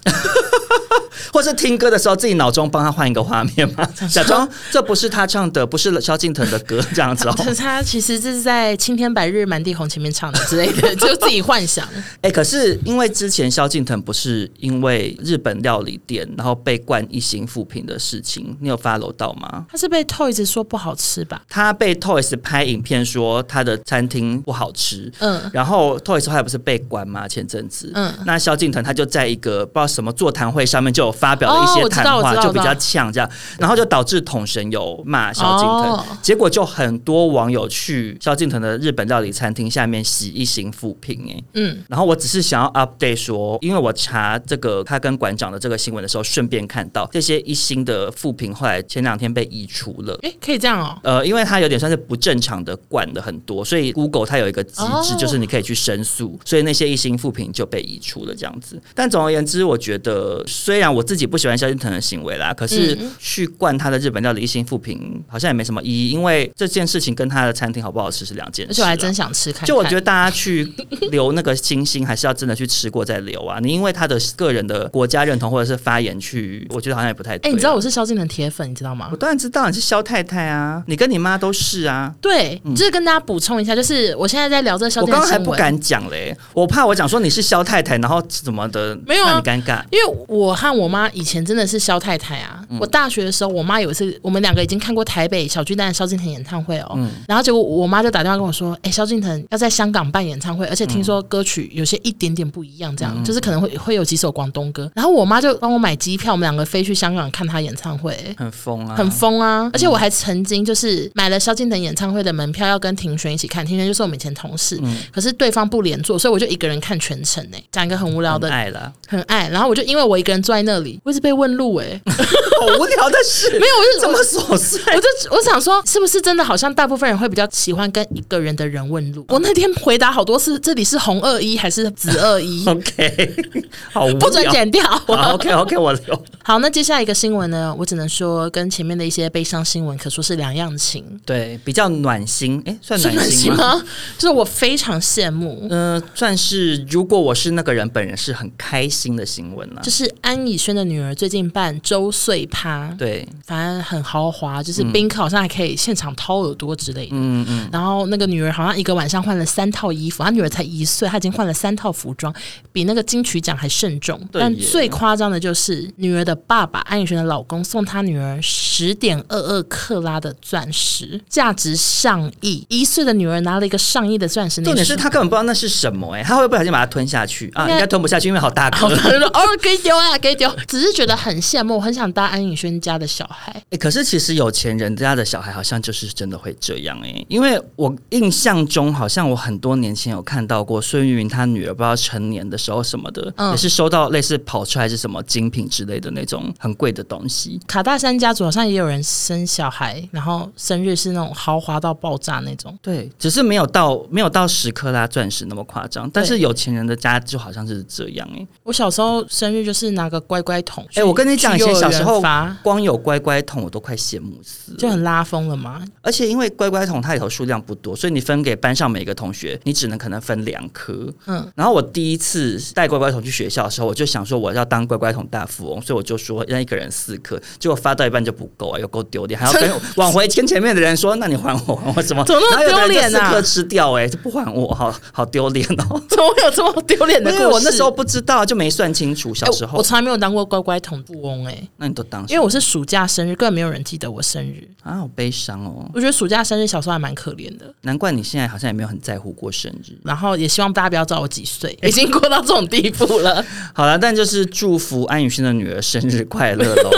[SPEAKER 3] 或是听歌的时候，自己脑中帮他换一个画面 嘛，假装这不是他唱的，不是萧敬腾的歌这样子哦。
[SPEAKER 4] 可是他其实这是在《青天白日满地红》前面唱的之类的， 就自己幻想。
[SPEAKER 3] 哎、可是因为之前萧敬腾不是因为日本料理店，然后被冠一星负评的事情，你有 follow 到吗？
[SPEAKER 4] 他是被 Toys 说不好吃吧？
[SPEAKER 3] 他被 Toys 拍影片说他的餐厅不好吃，
[SPEAKER 4] 嗯，
[SPEAKER 3] 然后 Toys 后来不是被关吗？前阵子，
[SPEAKER 4] 嗯
[SPEAKER 3] 那萧敬腾他就在一个不知道什么座谈会上面就有发表了一
[SPEAKER 4] 哦
[SPEAKER 3] 些
[SPEAKER 4] 我知道
[SPEAKER 3] 谈
[SPEAKER 4] 我
[SPEAKER 3] 话，
[SPEAKER 4] 知道
[SPEAKER 3] 就比
[SPEAKER 4] 我知
[SPEAKER 3] 较
[SPEAKER 4] 道
[SPEAKER 3] 呛这样，然后就导致统神有骂萧敬腾，
[SPEAKER 4] 哦
[SPEAKER 3] 结果就很多网友去萧敬腾的日本料理餐厅下面洗一行负评、哎，
[SPEAKER 4] 嗯，
[SPEAKER 3] 然后我只是想要 update 说，因为我查这个他跟馆长的这个新闻的时候，顺便看到这些一星的负评，后来前两天被移除了。
[SPEAKER 4] 诶，可以这样哦。
[SPEAKER 3] 呃，因为它有点算是不正常的灌的很多，所以 Google 它有一个机制，
[SPEAKER 4] 哦
[SPEAKER 3] 就是你可以去申诉，所以那些一星负评就被移除了这样子。但总而言之，我觉得虽然我自己不喜欢萧敬腾的行为啦，可是
[SPEAKER 4] 嗯
[SPEAKER 3] 去灌他的日本料理一星负评好像也没什么意义，因为这件事情跟他的餐厅好不好吃是两件事啦。
[SPEAKER 4] 而且我还真想吃看看。
[SPEAKER 3] 就我觉得大家去留那个星星，还是要真的去吃过再留啊。你因为他的个人的国家认同或者是发言去，我觉得好像也不太
[SPEAKER 4] 哎、
[SPEAKER 3] 对啊。
[SPEAKER 4] 你知道我是萧敬腾铁粉，你知道吗
[SPEAKER 3] 我？当然知道你是萧太太啊，你跟你妈都是啊。
[SPEAKER 4] 对，就是跟大家补充一下，就是我现在在聊这个萧
[SPEAKER 3] 我
[SPEAKER 4] 敬
[SPEAKER 3] 刚
[SPEAKER 4] 腾
[SPEAKER 3] 刚
[SPEAKER 4] 新
[SPEAKER 3] 还
[SPEAKER 4] 闻，
[SPEAKER 3] 不敢讲嘞，我怕我讲说你是萧太太，然后怎么的，
[SPEAKER 4] 没有啊
[SPEAKER 3] 让你尴尬。
[SPEAKER 4] 因为我和我妈以前真的是萧太太啊。
[SPEAKER 3] 嗯
[SPEAKER 4] 我大学的时候，我妈有一次，我们两个已经看过台北小巨蛋的萧敬腾演唱会哦。
[SPEAKER 3] 嗯
[SPEAKER 4] 然后结果我妈就打电话跟我说：“哎、萧敬腾要在香港办演唱会，而且听
[SPEAKER 3] 嗯
[SPEAKER 4] 说歌曲有些一点点不一样，这样、就是可能会会有几首广东歌。”然后我妈就帮我买机票，我们两个飞去香港看他演唱会、
[SPEAKER 3] 很疯啊，
[SPEAKER 4] 很疯啊！而且我还曾经就是买了萧敬腾演唱会的门票，要跟庭轩一起看。庭轩就是我们以前同事，
[SPEAKER 3] 嗯
[SPEAKER 4] 可是对方不连坐，所以我就一个人看全程呢、讲一个很无聊的
[SPEAKER 3] 很，爱啦，
[SPEAKER 4] 很爱。然后我就因为我一个人坐在那里，我一直被问路哎、
[SPEAKER 3] 好无聊的事，
[SPEAKER 4] 没有，我就
[SPEAKER 3] 这么
[SPEAKER 4] 我
[SPEAKER 3] 琐碎。？
[SPEAKER 4] 我就我想说，是不是真的好像大部分人会比较喜欢跟一个人的人问路？我那天回答好多次，这里是红二一还是紫二一
[SPEAKER 3] OK，好无聊。
[SPEAKER 4] 不准剪掉。
[SPEAKER 3] 好 OK OK，我留。
[SPEAKER 4] 好，那接下来一个新闻呢？我只能说跟前面的一些悲伤新闻可说是两样情。
[SPEAKER 3] 对，比较暖心，哎，算
[SPEAKER 4] 是暖
[SPEAKER 3] 心
[SPEAKER 4] 心
[SPEAKER 3] 吗？
[SPEAKER 4] 吗？就是我非常羡慕，
[SPEAKER 3] 呃，算是如果我是那个人本人，是很开心的新闻了、
[SPEAKER 4] 就是安以轩的女儿最近办周岁趴，
[SPEAKER 3] 对，
[SPEAKER 4] 反正很豪华，就是宾客好像还可以现场掏耳朵之类的。嗯嗯。然后那个女儿好像一个晚上换了三套衣服，她女儿才一岁，她已经换了三套服装，比那个金曲奖还慎重。
[SPEAKER 3] 对
[SPEAKER 4] 但
[SPEAKER 3] 耶
[SPEAKER 4] 最夸张的就是女儿的爸爸安以轩的老公送她女儿十点二二克拉的钻石，价值上亿。一岁的女儿拿了一个上亿的钻石，
[SPEAKER 3] 重点
[SPEAKER 4] 你
[SPEAKER 3] 是
[SPEAKER 4] 说
[SPEAKER 3] 他根本不知道那是什么、哎，他会不会不小心把它吞下去啊？
[SPEAKER 4] 应该
[SPEAKER 3] 应该吞不下去，因为好大
[SPEAKER 4] 好
[SPEAKER 3] 颗。
[SPEAKER 4] 多人说 哦，可以丢啊，可以丢。只是觉得很羡慕，很想搭安以轩家的小孩。
[SPEAKER 3] 哎、可是其实有钱人家的小孩好像就是真的会这样哎、因为我印象中好像我很多年前有看到过孙玉云她女儿不知道成年的时候什么的，
[SPEAKER 4] 嗯
[SPEAKER 3] 也是收到类似跑出来是什么精品之类的那种很贵的东西。
[SPEAKER 4] 卡大山家族好像也有人生小孩，然后生日是那种豪华到爆炸那种。
[SPEAKER 3] 对，只是没有到没有到十克拉钻石那么夸张，但是
[SPEAKER 4] 对
[SPEAKER 3] 有钱人的家就好像是这样哎、
[SPEAKER 4] 我小时候生日就是拿个乖乖桶去。
[SPEAKER 3] 哎我跟你讲
[SPEAKER 4] 去幼
[SPEAKER 3] 以前
[SPEAKER 4] 儿
[SPEAKER 3] 小时候
[SPEAKER 4] 园发
[SPEAKER 3] 光有乖乖桶我都快羡慕死了。
[SPEAKER 4] 就很拉风了 嘛。
[SPEAKER 3] 而且因为乖乖桶它里头数量不多，所以你分给班上每个同学，你只能可能分两颗。
[SPEAKER 4] 嗯，
[SPEAKER 3] 然后我第一次带乖乖桶去学校的时候，我就想说我要当乖乖桶大富翁，所以我就就说让一个人四颗，结果发到一半就不够啊，有够丢 脸，还要跟往回跟前面的人说，那你还我还我什么？
[SPEAKER 4] 怎么那么
[SPEAKER 3] 然后有的
[SPEAKER 4] 丢
[SPEAKER 3] 人
[SPEAKER 4] 脸啊
[SPEAKER 3] 就四颗吃掉哎、就不还我，好好丢脸 哦。
[SPEAKER 4] 怎么会有这么丢脸的
[SPEAKER 3] 因
[SPEAKER 4] 故
[SPEAKER 3] 为
[SPEAKER 4] 事？
[SPEAKER 3] 我那时候不知道，就没算清楚。小
[SPEAKER 4] 哎
[SPEAKER 3] 时候，
[SPEAKER 4] 我从来没有当过乖乖桶富翁哎、
[SPEAKER 3] 那你都当什么
[SPEAKER 4] 因为我是暑假生日，根本没有人记得我生日。
[SPEAKER 3] 啊，好悲伤哦。
[SPEAKER 4] 我觉得暑假生日小时候还蛮可怜的，
[SPEAKER 3] 难怪你现在好像也没有很在乎过生日。
[SPEAKER 4] 然后也希望大家不要知道我几 岁，已经过到这种地步了。
[SPEAKER 3] 好了，但就是祝福安以轩的女儿生日快乐 喽。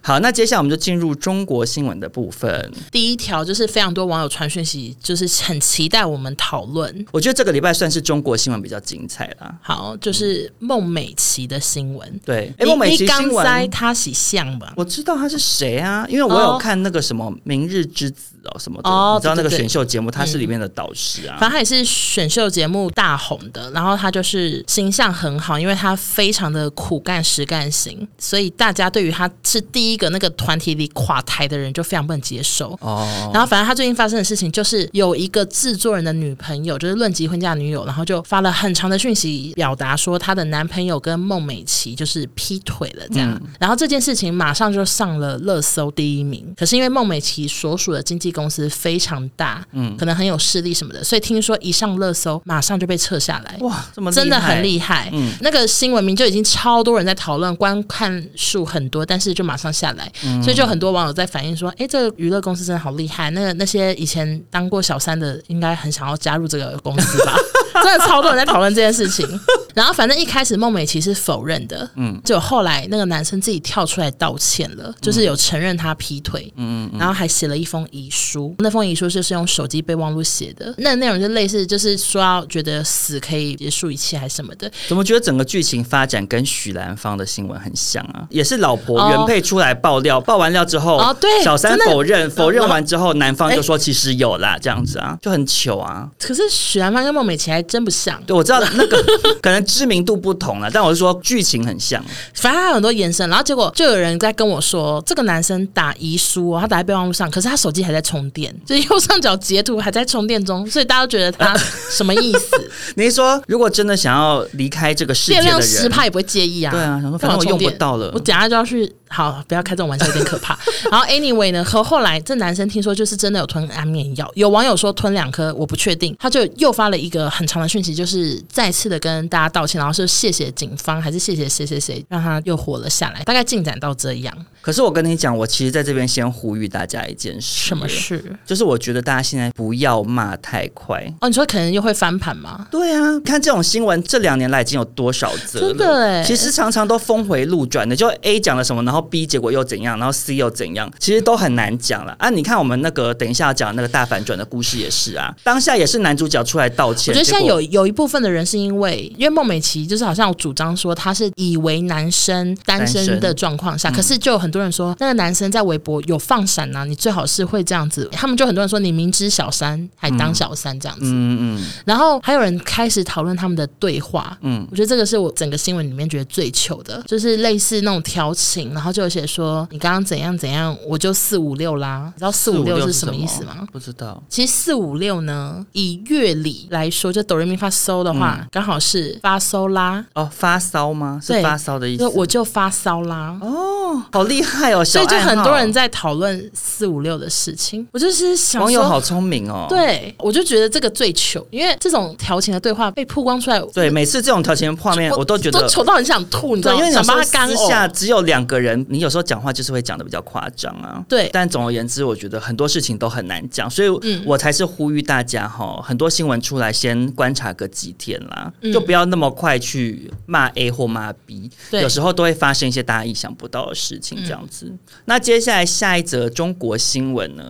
[SPEAKER 3] 好，那接下来我们就进入中国新闻的部分。
[SPEAKER 4] 第一条就是非常多网友传讯息，就是很期待我们讨论。
[SPEAKER 3] 我觉得这个礼拜算是中国新闻比较精彩啦。
[SPEAKER 4] 好，就是孟美岐的新闻。
[SPEAKER 3] 对，哎、
[SPEAKER 4] 你
[SPEAKER 3] 孟美
[SPEAKER 4] 你
[SPEAKER 3] 岐新
[SPEAKER 4] 刚才
[SPEAKER 3] 闻，
[SPEAKER 4] 她是像吧？
[SPEAKER 3] 我知道她是谁啊，因为我有
[SPEAKER 4] 哦
[SPEAKER 3] 看那个什么《明日之子》哦，什么的，
[SPEAKER 4] 哦
[SPEAKER 3] 你知道那个
[SPEAKER 4] 对对对
[SPEAKER 3] 选秀节目，她是里面的导师啊。
[SPEAKER 4] 反正她也是选秀节目大红的，然后她就是形象很好，因为她非常的苦干实干型，所以大家对于她是第一个那个团体里垮台的人就非常不能接受。
[SPEAKER 3] 哦，
[SPEAKER 4] 然后反正他最近发生的事情就是有一个制作人的女朋友，就是论及婚嫁女友，然后就发了很长的讯息，表达说她的男朋友跟孟美岐就是劈腿了这样。然后这件事情马上就上了热搜第一名。可是因为孟美岐所属的经纪公司非常大，嗯，可能很有势力什么的，所以听说一上热搜马上就被撤下来。
[SPEAKER 3] 哇，这么
[SPEAKER 4] 真的很
[SPEAKER 3] 害。
[SPEAKER 4] 厉害，那个新闻名就已经超多人在讨论，观看数很多，但是就马上下来，所以就很多网友在反映说，哎、这个娱乐公司真的好厉害，那个那些以前当过小三的，应该很想要加入这个公司吧？真的超多人在讨论这件事情。然后反正一开始孟美岐是否认的，嗯，就后来那个男生自己跳出来道歉了，就是有承认他劈腿，嗯，然后还写了一封遗书，那封遗书就是用手机备忘录写的，那内容就类似就是说要觉得死可以结束一切还是什么的，
[SPEAKER 3] 怎么觉得整个剧情发展跟许兰芳的新闻很像啊？也是老婆
[SPEAKER 4] 哦
[SPEAKER 3] 原配出来爆料，爆完料之后，
[SPEAKER 4] 哦对
[SPEAKER 3] 小三
[SPEAKER 4] 真的哎
[SPEAKER 3] 否认，否认
[SPEAKER 4] 然后
[SPEAKER 3] 完之后，男方就说其实有啦，这样子
[SPEAKER 4] 嗯
[SPEAKER 3] 啊，就很糗啊。
[SPEAKER 4] 可是许兰芳跟孟美岐还真不像，
[SPEAKER 3] 对，我知道 那个可能知名度不同了，但我是说剧情很像。
[SPEAKER 4] 反正他有很多延伸，然后结果就有人在跟我说，这个男生打遗书、哦，他打在备忘录上，可是他手机还在充电，就是右上角截图还在充电中，所以大家都觉得他什么意思？
[SPEAKER 3] 你是说如果真的想要离开这个世界
[SPEAKER 4] 电
[SPEAKER 3] 的
[SPEAKER 4] 量十
[SPEAKER 3] 人，
[SPEAKER 4] 帕也不会介意啊。
[SPEAKER 3] 对啊想说
[SPEAKER 4] 干嘛
[SPEAKER 3] 反正我用不
[SPEAKER 4] 充电
[SPEAKER 3] 到了
[SPEAKER 4] 我等下就要去。好，不要开这种玩笑，有点可怕。 然后 anyway 呢，和后来这男生听说就是真的有吞安眠药，有网友说吞两颗，我不确定。他就又发了一个很长的讯息，就是再次的跟大家道歉，然后是谢谢警方，还是谢谢谁谁谁，让他又活了下来。大概进展到这样，
[SPEAKER 3] 可是我跟你讲，我其实在这边先呼吁大家一件事，
[SPEAKER 4] 什么？事？
[SPEAKER 3] 就是我觉得大家现在不要骂太快。
[SPEAKER 4] 哦，你说可能又会翻盘吗？
[SPEAKER 3] 对啊，看这种新闻，这两年来已经有多少则了？
[SPEAKER 4] 真的欸
[SPEAKER 3] 其实常常都峰回路转的，就 A 讲了什么，然后 B 结果又怎样，然后 C 又怎样，其实都很难讲了啊！你看我们那个等一下讲那个大反转的故事也是啊，当下也是男主角出来道
[SPEAKER 4] 我
[SPEAKER 3] 歉，
[SPEAKER 4] 觉得现在
[SPEAKER 3] 结果
[SPEAKER 4] 有有一部分的人是因为，因为孟美岐就是好像有主张说她是以为男生单身嗯的状况下，可是就有很多人说那个男生在微博有放闪呐、你最好是会这样子。他们就很多人说你明知小三还当小三这样子，
[SPEAKER 3] 嗯嗯，
[SPEAKER 4] 然后还有人开始讨论他们的对话，
[SPEAKER 3] 嗯
[SPEAKER 4] 嗯，我觉得这个是我整个新闻里面觉得最糗的，就是类似那种调情，然后就有写说你刚刚怎样怎样，我就四五六啦，你知道四五六是什么意思吗？？
[SPEAKER 3] 不知道。
[SPEAKER 4] 其实四五六呢，以乐理来说，就哆来咪发嗦的话，刚、好是发嗦啦，
[SPEAKER 3] 哦，发骚吗？嗯是
[SPEAKER 4] 对
[SPEAKER 3] 发骚的意思。哦
[SPEAKER 4] 就我就发骚啦。
[SPEAKER 3] 好厉害哦！
[SPEAKER 4] 所以就
[SPEAKER 3] 小爱
[SPEAKER 4] 很
[SPEAKER 3] 好
[SPEAKER 4] 多人在讨论四五六的事情，我就是想
[SPEAKER 3] 网友
[SPEAKER 4] 说
[SPEAKER 3] 好聪明哦。
[SPEAKER 4] 对，我就觉得这个最糗，因为这种调情的对话被曝光出来，
[SPEAKER 3] 对，每次这种调情画面，我都觉
[SPEAKER 4] 都
[SPEAKER 3] 得。
[SPEAKER 4] 糗到很想吐，你知道
[SPEAKER 3] 对，因
[SPEAKER 4] 吗？
[SPEAKER 3] 为有
[SPEAKER 4] 想
[SPEAKER 3] 时
[SPEAKER 4] 帮
[SPEAKER 3] 候
[SPEAKER 4] 他干
[SPEAKER 3] 私下
[SPEAKER 4] 呕。
[SPEAKER 3] 只有两个人，你有时候讲话就是会讲的比较夸张啊。
[SPEAKER 4] 对嗯
[SPEAKER 3] 但总而言之，我觉得很多事情都很难讲，所以我才是呼吁大家哈，很多新闻出来先观察个几天啦，
[SPEAKER 4] 嗯
[SPEAKER 3] 就不要那么快去骂 A 或骂 B，
[SPEAKER 4] 对嗯
[SPEAKER 3] 有时候都会发生一些大家意想不到的事情这样子。那接下来下一则中国新闻呢？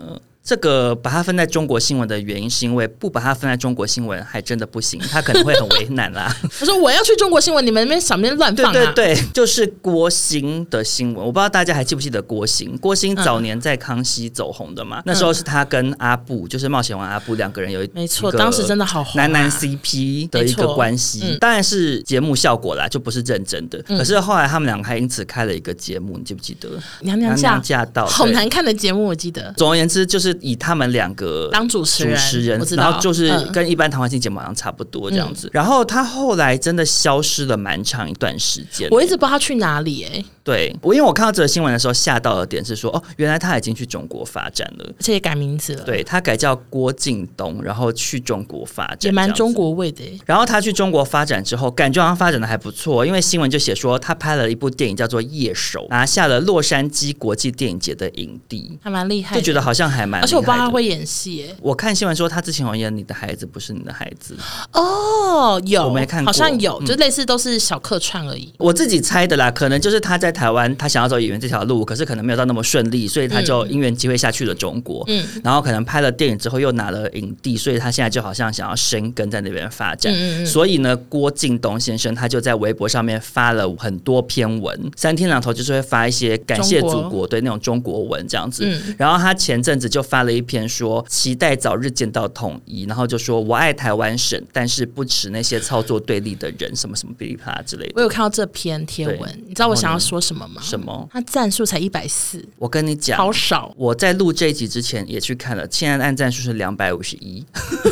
[SPEAKER 3] 这个把它分在中国新闻的原因，是因为不把它分在中国新闻还真的不行，它可能会很为难啦。
[SPEAKER 4] 我说我要去中国新闻，你们那边想那边乱
[SPEAKER 3] 对
[SPEAKER 4] 放啊？
[SPEAKER 3] 对对，就是郭兴的新闻，我不知道大家还记不记得郭兴。郭兴
[SPEAKER 4] 嗯
[SPEAKER 3] 早年在康熙走红的嘛，那时候是他跟阿布，就是冒险王阿布两个人有一
[SPEAKER 4] 没错，当时真
[SPEAKER 3] 的。
[SPEAKER 4] 的好红、啊。
[SPEAKER 3] 男男 CP 的一个关系，
[SPEAKER 4] 没错嗯嗯
[SPEAKER 3] 当然是节目效果啦，就不是认真的。可是后来他们两个还因此开了一个节目，你记不记得？
[SPEAKER 4] 娘娘
[SPEAKER 3] 娘
[SPEAKER 4] 嫁
[SPEAKER 3] 娘驾到，
[SPEAKER 4] 好
[SPEAKER 3] 对
[SPEAKER 4] 难看的节目，我记得。
[SPEAKER 3] 总而言之，就是以他们两个
[SPEAKER 4] 当主持人
[SPEAKER 3] 主持人
[SPEAKER 4] 我，知道
[SPEAKER 3] 然后就是
[SPEAKER 4] 嗯
[SPEAKER 3] 跟一般谈话性节目好像差不多这样子。然后他后来真的消失了蛮长一段时间，
[SPEAKER 4] 我一直不知道他去哪里哎、
[SPEAKER 3] 对我，因为我看到这个新闻的时候吓到的点是说，哦，原来他已经去中国发展了。
[SPEAKER 4] 而且也改名字了，，
[SPEAKER 3] 对他改叫郭敬东，然后去中国发展，
[SPEAKER 4] 也蛮中
[SPEAKER 3] 这样子。
[SPEAKER 4] 国味的欸耶。
[SPEAKER 3] 然后他去中国发展之后，感觉好像发展的还不错，因为新闻就写说他拍了一部电影叫做《夜手》，拿下了洛杉矶国际电影节的影帝，
[SPEAKER 4] 还蛮厉害
[SPEAKER 3] 就
[SPEAKER 4] 的，
[SPEAKER 3] 觉得好像还蛮。
[SPEAKER 4] 而且我不知道他。会演戏欸耶。
[SPEAKER 3] 我看新闻说他之前有演《你的孩子不是你的孩子》，
[SPEAKER 4] 哦，有，
[SPEAKER 3] 我没看过
[SPEAKER 4] 好像有，
[SPEAKER 3] 嗯
[SPEAKER 4] 就类似都是小客串而已。
[SPEAKER 3] 我自己猜的啦，可能就是他在台湾，他想要走演员这条路，可是可能没有到那么顺利，所以他就因缘机会下去了中国。
[SPEAKER 4] 嗯
[SPEAKER 3] 然后可能拍了电影之后又拿了影帝，所以他现在就好像想要生根在那边发展。
[SPEAKER 4] 嗯嗯嗯
[SPEAKER 3] 所以呢，郭敬东先生他就在微博上面发了很多篇文，三天两头就是会发一些感谢
[SPEAKER 4] 中
[SPEAKER 3] 祖
[SPEAKER 4] 国
[SPEAKER 3] 国对那种中国文这样子。
[SPEAKER 4] 嗯
[SPEAKER 3] 然后他前阵子就发了一篇说期待早日见到统一，然后就说我爱台湾省，但是不耻那些操作对立的人，什么什么噼里啪啦之类的
[SPEAKER 4] 我。有看到这篇贴
[SPEAKER 3] 对
[SPEAKER 4] 文，你知道我想
[SPEAKER 3] 然后
[SPEAKER 4] 要
[SPEAKER 3] 呢
[SPEAKER 4] 说什么吗？
[SPEAKER 3] 什么？
[SPEAKER 4] 他赞数才一百四，
[SPEAKER 3] 我跟你讲，
[SPEAKER 4] 好少。
[SPEAKER 3] 我在录这一集之前也去看了，现在的按赞数是两百五十一。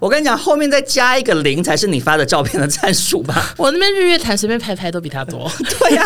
[SPEAKER 3] 我跟你讲，后面再加一个零才是你发的照片的赞数 吧？
[SPEAKER 4] 我那边日月潭随便拍拍都比他 多。
[SPEAKER 3] 对呀、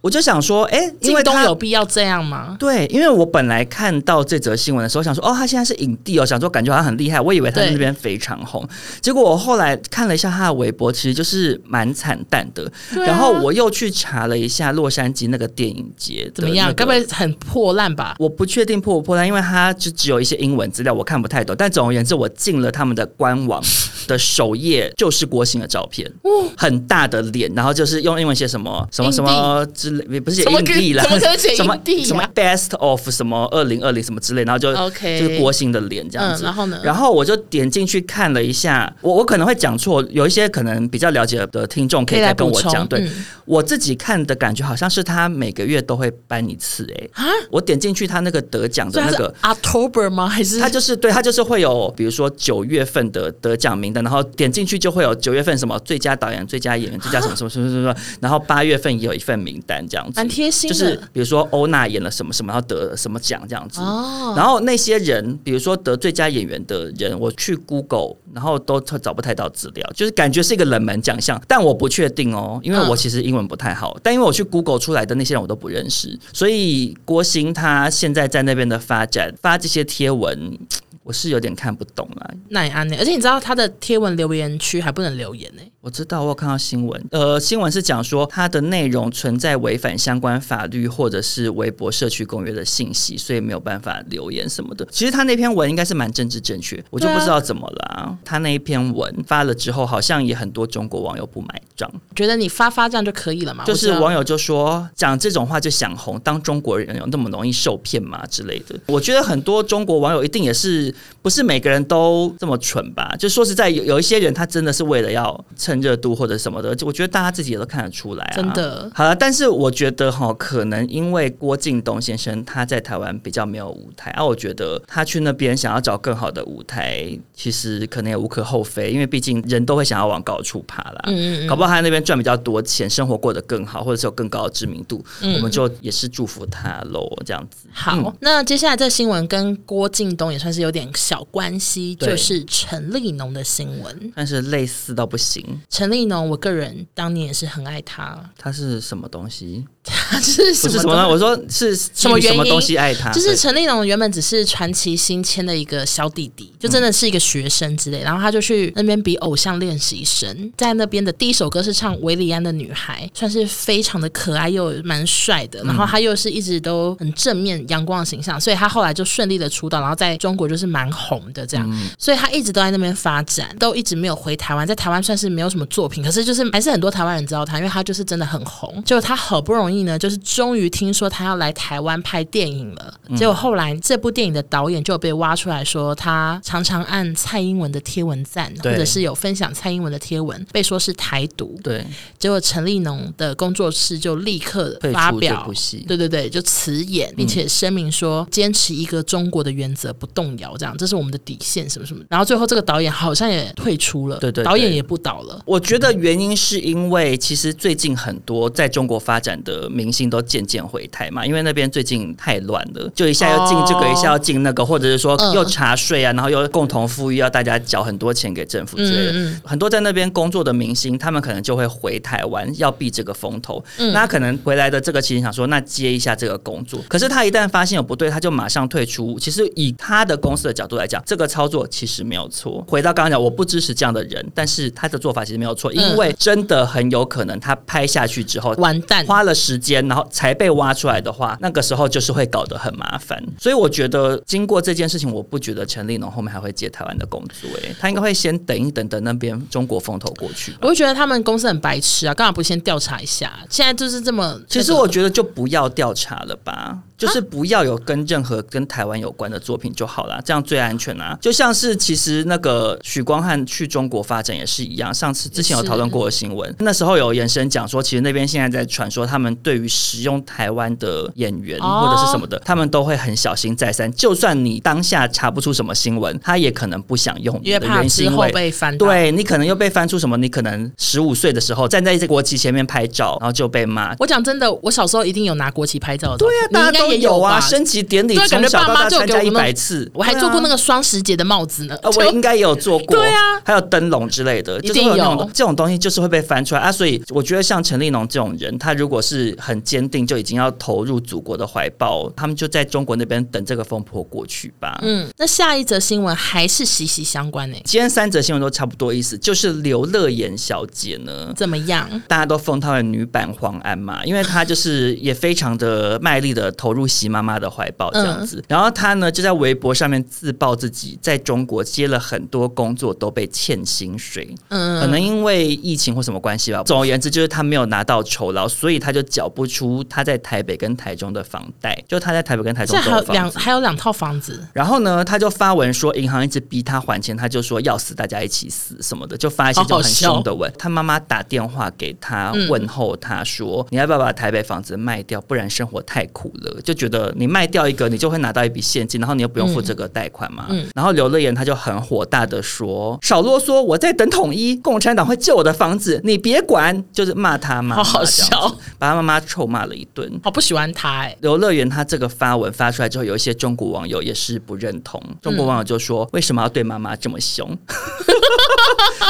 [SPEAKER 3] 我就想说，哎、 因
[SPEAKER 4] 京
[SPEAKER 3] 为
[SPEAKER 4] 东
[SPEAKER 3] 他
[SPEAKER 4] 有必要这样吗？
[SPEAKER 3] 对，因为我本来看到这则新闻的时候，想说哦，他现在是影帝哦，想说感觉好像很厉害，我以为他在那边非常红。结果我后来看了一下他的微博，其实就是蛮惨淡的。
[SPEAKER 4] 对啊
[SPEAKER 3] 然后我又去查了一下洛杉矶那个电影节、
[SPEAKER 4] 怎么样？该不会很破烂吧？
[SPEAKER 3] 我不确定破不破烂，因为它就只有一些英文资料，我看不太懂。但总而言之，我进了他们的官网的首页，就是郭鑫的照片，
[SPEAKER 4] 哦
[SPEAKER 3] 很大的脸，然后就是用英文写什么什么什么之类，不是写
[SPEAKER 4] 怎么
[SPEAKER 3] 印
[SPEAKER 4] 可
[SPEAKER 3] 地啦，
[SPEAKER 4] 怎么可以写
[SPEAKER 3] 什么
[SPEAKER 4] 印地啊
[SPEAKER 3] 什么 best of 什么二零二零什么之类，然后就
[SPEAKER 4] OK
[SPEAKER 3] 就是郭鑫的脸这样
[SPEAKER 4] 嗯，
[SPEAKER 3] 子。
[SPEAKER 4] 然后呢？
[SPEAKER 3] 然后我就点进去看了一下，我我可能会讲错，有一些可能比较了解的听众可以再
[SPEAKER 4] 来
[SPEAKER 3] 跟
[SPEAKER 4] 补
[SPEAKER 3] 我
[SPEAKER 4] 充。
[SPEAKER 3] 讲。对、
[SPEAKER 4] 嗯
[SPEAKER 3] 我自己看的感觉，好像是他每个月都会颁一次、欸，
[SPEAKER 4] 啊，
[SPEAKER 3] 我点进去他那个得奖
[SPEAKER 4] 所
[SPEAKER 3] 的
[SPEAKER 4] 以
[SPEAKER 3] 那
[SPEAKER 4] 他是
[SPEAKER 3] 个。
[SPEAKER 4] October 吗？还是
[SPEAKER 3] 他就是对他就是会有，比如说九月份的得奖名单，然后点进去就会有九月份什么最佳导演、最佳演员、最佳什么什么什么什么，然后八月份也有一份名单这样子
[SPEAKER 4] 蛮，贴心
[SPEAKER 3] 就
[SPEAKER 4] 的？
[SPEAKER 3] 是比如说欧娜演了什么什么，然后得了什么奖这样子。
[SPEAKER 4] 哦，
[SPEAKER 3] 然后那些人，比如说得最佳演员的人，我去 Google，然后都找不太到资料，就是感觉是一个冷门奖项，但我不确定哦，因为我
[SPEAKER 4] 嗯
[SPEAKER 3] 其实英文不太好，但因为我去 Google 出来的那些人我都不认识，所以郭鑫他现在在那边的发展，发这些贴文。我是有点看不懂啊啦，
[SPEAKER 4] 那也安呢？而且你知道他的贴文留言区还不能留言呢、
[SPEAKER 3] 我知道我有看到新闻，呃，新闻是讲说它的内容存在违反相关法律或者是微博社区公约的信息，所以没有办法留言什么的。其实他那篇文应该是蛮政治正确，我就
[SPEAKER 4] 对啊
[SPEAKER 3] 不知道怎么了啊、他那一篇文发了之后，好像也很多中国网友不买账，
[SPEAKER 4] 觉得你发发这样就可以了嘛？
[SPEAKER 3] 啊就是
[SPEAKER 4] 友
[SPEAKER 3] 网友就说讲这种话就想红，当中国人有那么容易受骗吗之类的。我觉得很多中国网友一定也是不是每个人都这么蠢吧？就说实在，有有一些人他真的是为了要蹭热度或者什么的，就我觉得大家自己也都看得出来、啊，
[SPEAKER 4] 真。的
[SPEAKER 3] 好了，但是我觉得哈，可能因为郭敬东先生他在台湾比较没有舞台啊，我觉得他去那边想要找更好的舞台，其实可能也无可厚非，因为毕竟人都会想要往高处爬啦。
[SPEAKER 4] 嗯嗯嗯
[SPEAKER 3] 啊搞不好他在那边赚比较多钱，生活过得更好，或者是有更高的知名度，
[SPEAKER 4] 嗯
[SPEAKER 3] 我们就也是祝福他喽，这样子。
[SPEAKER 4] 好。那接下来这个新闻跟郭敬东也算是有点小关系，
[SPEAKER 3] 对
[SPEAKER 4] 就是陈立农的新闻。
[SPEAKER 3] 但是类似到不行，
[SPEAKER 4] 陈立农，我个人当年也是很爱他，
[SPEAKER 3] 他是什么东西？
[SPEAKER 4] 他是
[SPEAKER 3] 不
[SPEAKER 4] 什
[SPEAKER 3] 是
[SPEAKER 4] 么
[SPEAKER 3] 什么呢？
[SPEAKER 4] 东
[SPEAKER 3] 我说是
[SPEAKER 4] 什么
[SPEAKER 3] 基于
[SPEAKER 4] 原
[SPEAKER 3] 什么
[SPEAKER 4] 因
[SPEAKER 3] 东西爱他？
[SPEAKER 4] 就是
[SPEAKER 3] 对
[SPEAKER 4] 陈立农原本只是传奇新签的一个小弟弟，就真的是一个学生之类，然后他就去那边比偶像练习生，在那边的第一首歌是唱《维里安的女孩》，算是非常的可爱又蛮帅
[SPEAKER 3] 嗯
[SPEAKER 4] 的，然后他又是一直都很正面阳光的形象，所以他后来就顺利的出道，然后在中国就是蛮红的这样，所以他一直都在那边发展，都一直没有回台湾，在台湾算是没有什么作品，可是就是还是很多台湾人知道他，因为他就是真的很红。结果他好不容易呢，就是终于听说他要来台湾拍电影了，结果后来这部电影的导演就有被挖出来说，他常常按蔡英文的贴文赞，或
[SPEAKER 3] 对
[SPEAKER 4] 者是有分享蔡英文的贴文，被说是台独。
[SPEAKER 3] 对
[SPEAKER 4] 结果陈立农的工作室就立刻
[SPEAKER 3] 退
[SPEAKER 4] 发
[SPEAKER 3] 出这
[SPEAKER 4] 表
[SPEAKER 3] 部戏。
[SPEAKER 4] 对对对，就辞演，并且声明说坚持一个中国的原则不动摇，这样这是我们的底线，什么什么。然后最后这个导演好像也退出了，
[SPEAKER 3] 对对对
[SPEAKER 4] 导演也不导了。
[SPEAKER 3] 我觉得原因是因为其实最近很多在中国发展的明明星都渐渐回台嘛，因为那边最近太乱了，就一下要进这个，
[SPEAKER 4] 哦
[SPEAKER 3] 一下要进那个，或者是说
[SPEAKER 4] 嗯
[SPEAKER 3] 又查税啊，然后又共同富裕，要大家缴很多钱给政府之类的。
[SPEAKER 4] 嗯嗯
[SPEAKER 3] 很多在那边工作的明星，他们可能就会回台湾，要避这个风头。
[SPEAKER 4] 嗯
[SPEAKER 3] 那他可能回来的这个期间想说，那接一下这个工作。可是他一旦发现有不对，他就马上退出。其实以他的公司的角度来讲，这个操作其实没有错。回到刚刚讲，我不支持这样的人，但是他的做法其实没有错，因为真的很有可能他拍下去之后。
[SPEAKER 4] 完蛋，
[SPEAKER 3] 花了时间，然后才被挖出来的话，那个时候就是会搞得很麻烦。所以我觉得，经过这件事情，我不觉得陈立农后面还会接台湾的工作、欸，他应该会先等一等，等那边中国风头过去吧。
[SPEAKER 4] 我会觉得他们公司很白痴啊，干嘛不先调查一下？现在就是这么，
[SPEAKER 3] 其实
[SPEAKER 4] 那个啊
[SPEAKER 3] 我觉得就不要调查了吧，就是不要有跟任何跟台湾有关的作品就好啦，这样最安全啊。就像是其实那个许光汉去中国发展也是一样，上次之前有讨论过的新闻，那时候有延伸讲说，其实那边现在在传说他们对于使用台湾的演员
[SPEAKER 4] 哦
[SPEAKER 3] 或者是什么的，他们都会很小心再三，就算你当下查不出什么新闻，他也可能不想用你
[SPEAKER 4] 因为
[SPEAKER 3] 的原
[SPEAKER 4] 怕
[SPEAKER 3] 因是
[SPEAKER 4] 之
[SPEAKER 3] 因
[SPEAKER 4] 后
[SPEAKER 3] 为
[SPEAKER 4] 被翻到，
[SPEAKER 3] 对你可能又被翻出什么？你可能十五岁的时候站在这国旗前面拍照，然后就被骂。
[SPEAKER 4] 我讲真的，我小时候一定有拿国旗拍照的照片，
[SPEAKER 3] 对啊，
[SPEAKER 4] 你应
[SPEAKER 3] 大家
[SPEAKER 4] 该
[SPEAKER 3] 都
[SPEAKER 4] 也
[SPEAKER 3] 啊，
[SPEAKER 4] 吧？
[SPEAKER 3] 升旗典礼
[SPEAKER 4] 对啊
[SPEAKER 3] 从
[SPEAKER 4] 感觉
[SPEAKER 3] 小
[SPEAKER 4] 爸
[SPEAKER 3] 到
[SPEAKER 4] 妈
[SPEAKER 3] 大
[SPEAKER 4] 就
[SPEAKER 3] 参
[SPEAKER 4] 给
[SPEAKER 3] 加
[SPEAKER 4] 我
[SPEAKER 3] 一
[SPEAKER 4] 那
[SPEAKER 3] 百
[SPEAKER 4] 种
[SPEAKER 3] 次，
[SPEAKER 4] 我还
[SPEAKER 3] 对啊
[SPEAKER 4] 做过那。个双十节的帽子呢，
[SPEAKER 3] 呃，
[SPEAKER 4] 就
[SPEAKER 3] 我应该也有做过，
[SPEAKER 4] 对啊
[SPEAKER 3] 还有灯笼之类的，就是
[SPEAKER 4] 一定
[SPEAKER 3] 会有那种
[SPEAKER 4] 有
[SPEAKER 3] 这种东西，就是会被翻出来啊。所以我觉得像陈立农这种人，他如果是很坚定，就已经要投入祖国的怀抱，他们就在中国那边等这个风波过去吧。
[SPEAKER 4] 嗯，那下一则新闻还是息息相关欸呢、
[SPEAKER 3] 今天三则新闻都差不多意思，就是刘乐言小姐呢，
[SPEAKER 4] 怎么样？
[SPEAKER 3] 大家都封她为女版黄安 嘛，因为她就是也非常的卖力的投入习妈妈的怀抱这样子。
[SPEAKER 4] 嗯
[SPEAKER 3] 然后她呢就在微博上面自曝自己在中国接了很多工作都被欠薪水，
[SPEAKER 4] 嗯，
[SPEAKER 3] 可能因为疫情或什么关系吧。总而言之，就是她没有拿到酬劳，所以她就缴不出她在台北跟台中的房贷，就她在台北跟台中
[SPEAKER 4] 这
[SPEAKER 3] 都
[SPEAKER 4] 还有
[SPEAKER 3] 有房
[SPEAKER 4] 两
[SPEAKER 3] 子。
[SPEAKER 4] 还有两套房子，
[SPEAKER 3] 然后呢，他就发文说银行一直逼他还钱，他就说要死大家一起死什么的，就发一些这种很凶的文。他妈妈打电话给他
[SPEAKER 4] 嗯
[SPEAKER 3] 问候他说：“你要不要把台北房子卖掉？不然生活太苦了。”就觉得你卖掉一个，你就会拿到一笔现金，然后你又不用付这个贷款嘛。
[SPEAKER 4] 嗯
[SPEAKER 3] 然后刘乐言他就很火大的说：“少啰嗦，我在等统一，共产党会救我的房子，你别管。”就是骂他妈妈，
[SPEAKER 4] 好好
[SPEAKER 3] 这样
[SPEAKER 4] 笑
[SPEAKER 3] 子，把他妈妈臭骂了一顿。
[SPEAKER 4] 好不喜欢他哎、
[SPEAKER 3] 游乐园他这个发文发出来之后，有一些中国网友也是不认同，
[SPEAKER 4] 嗯
[SPEAKER 3] 中国网友就说：“为什么要对妈妈这么凶？”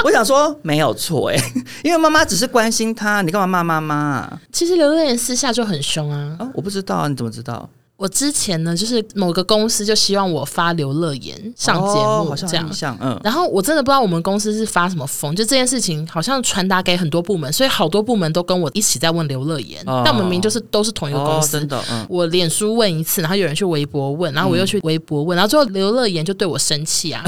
[SPEAKER 3] 我想说没有错哎、因为妈妈只是关心他，你干嘛骂妈妈啊？
[SPEAKER 4] 其实刘乐言私下就很凶啊。
[SPEAKER 3] 啊我不知道啊，你怎么知道？
[SPEAKER 4] 我之前呢，就是某个公司就希望我发刘乐言上节
[SPEAKER 3] 哦
[SPEAKER 4] 目
[SPEAKER 3] 好像
[SPEAKER 4] 这样
[SPEAKER 3] 有。像嗯。
[SPEAKER 4] 然后我真的不知道我们公司是发什么疯，就这件事情好像传达给很多部门，所以好多部门都跟我一起在问刘乐言，
[SPEAKER 3] 哦
[SPEAKER 4] 但我们明明就是都是同一个公
[SPEAKER 3] 哦，
[SPEAKER 4] 司，
[SPEAKER 3] 真的，嗯，
[SPEAKER 4] 我脸书问一次，然后有人去微博问，然后我又去微博问，然后最后刘乐言就对我生气啊。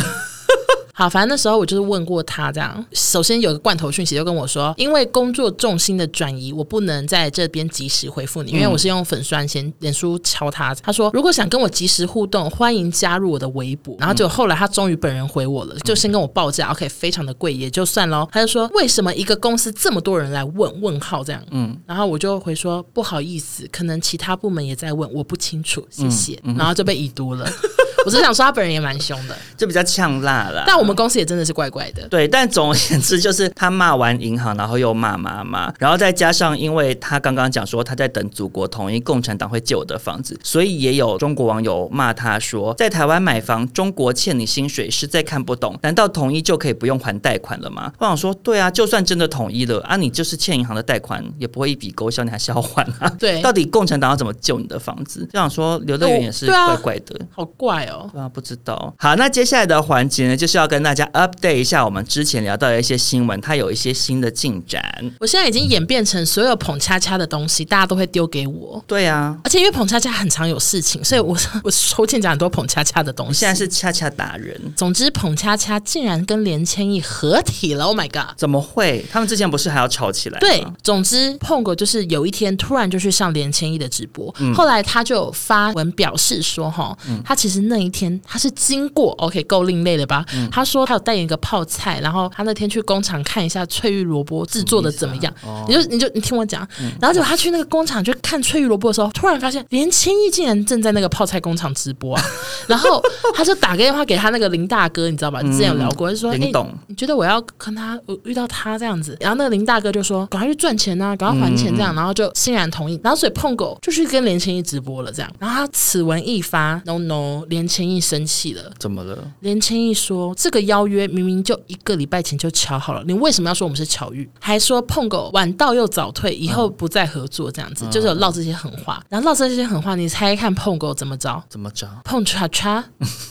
[SPEAKER 4] 好，反正那时候我就是问过他这样。首先有个罐头讯息就跟我说，因为工作重心的转移，我不能在这边及时回复你，因为我是用粉酸先脸书敲他。他说如果想跟我及时互动，欢迎加入我的微博。然后就后来他终于本人回我了，就先跟我报价，OK，非常的贵也就算喽。他就说为什么一个公司这么多人来问问号这样，嗯，然后我就回说不好意思，可能其他部门也在问，我不清楚，谢谢。然后就被已读了。 我只想说他本人也蛮凶的，
[SPEAKER 3] 这比较呛辣啦。
[SPEAKER 4] 但我们公司也真的是怪怪 的。
[SPEAKER 3] 对，但总而言之，就是他骂完银行，然后又骂妈妈，然后再加上，因为他刚刚讲说他在等祖国统一，共产党会救我的房子，所以也有中国网友骂他说，在台湾买房，中国欠你薪水，实在看不懂，难道统一就可以不用还贷款了吗？我想说，对啊，就算真的统一了啊，你就是欠银行的贷款，也不会一笔勾销，你还是要还啊。
[SPEAKER 4] 对
[SPEAKER 3] 到底共产党要怎么救你的房子？就想说，刘乐
[SPEAKER 4] 哦
[SPEAKER 3] 园也是
[SPEAKER 4] 对啊
[SPEAKER 3] 怪怪的。
[SPEAKER 4] 好怪哦，
[SPEAKER 3] 对啊，不知道。好，那接下来的环节呢，就是要跟大家 update 一下我们之前聊到的一些新闻，它有一些新的进展。
[SPEAKER 4] 我现在已经演变成所有捧恰恰的东西，大家都会丢给我。
[SPEAKER 3] 对啊，
[SPEAKER 4] 而且因为捧恰恰很常有事情，所以我 我抽欠讲很多捧恰恰的东
[SPEAKER 3] 我
[SPEAKER 4] 西。
[SPEAKER 3] 现在是恰恰打人，
[SPEAKER 4] 总之，捧恰恰竟然跟连千亿合体了！Oh my god！
[SPEAKER 3] 怎么会？他们之前不是还要吵起来？
[SPEAKER 4] 对，，总之碰过就是有一天
[SPEAKER 3] 嗯
[SPEAKER 4] 突然就去上连千亿的直播，后来他就有发文表示说，哈、他其实那一天他是经过，OK，够另类了吧？
[SPEAKER 3] 嗯
[SPEAKER 4] 他说他有代言一个泡菜，然后他那天去工厂看一下翠玉萝卜制作的怎么样。
[SPEAKER 3] 嗯哦
[SPEAKER 4] 你就你就你听我讲，然后结果他去那个工厂去看翠玉萝卜的时候，突然发现连千亿竟然正在那个泡菜工厂直播啊！ 然后他就打个电话给他那个林大哥，你知道吧？你之前有聊过，就说
[SPEAKER 3] 嗯林
[SPEAKER 4] 哎
[SPEAKER 3] 董
[SPEAKER 4] 你觉得我要跟他我遇到他这样子？然后那个林大哥就说赶快去赚钱啊，赶快还钱这样，然后就欣然同意。然后所以碰狗就去跟连千亿直播了这样。然后他此文一发，no no，连千亿生气了。
[SPEAKER 3] 怎么了？
[SPEAKER 4] 连千亿说：“这个邀约明明就一个礼拜前就敲好了，你为什么要说我们是巧遇？还说碰狗晚到又早退，以后不再合作这样子，就是有唠这些狠话。然后唠这些狠话，你猜看碰狗怎么着？
[SPEAKER 3] 怎么着？
[SPEAKER 4] 碰叉叉，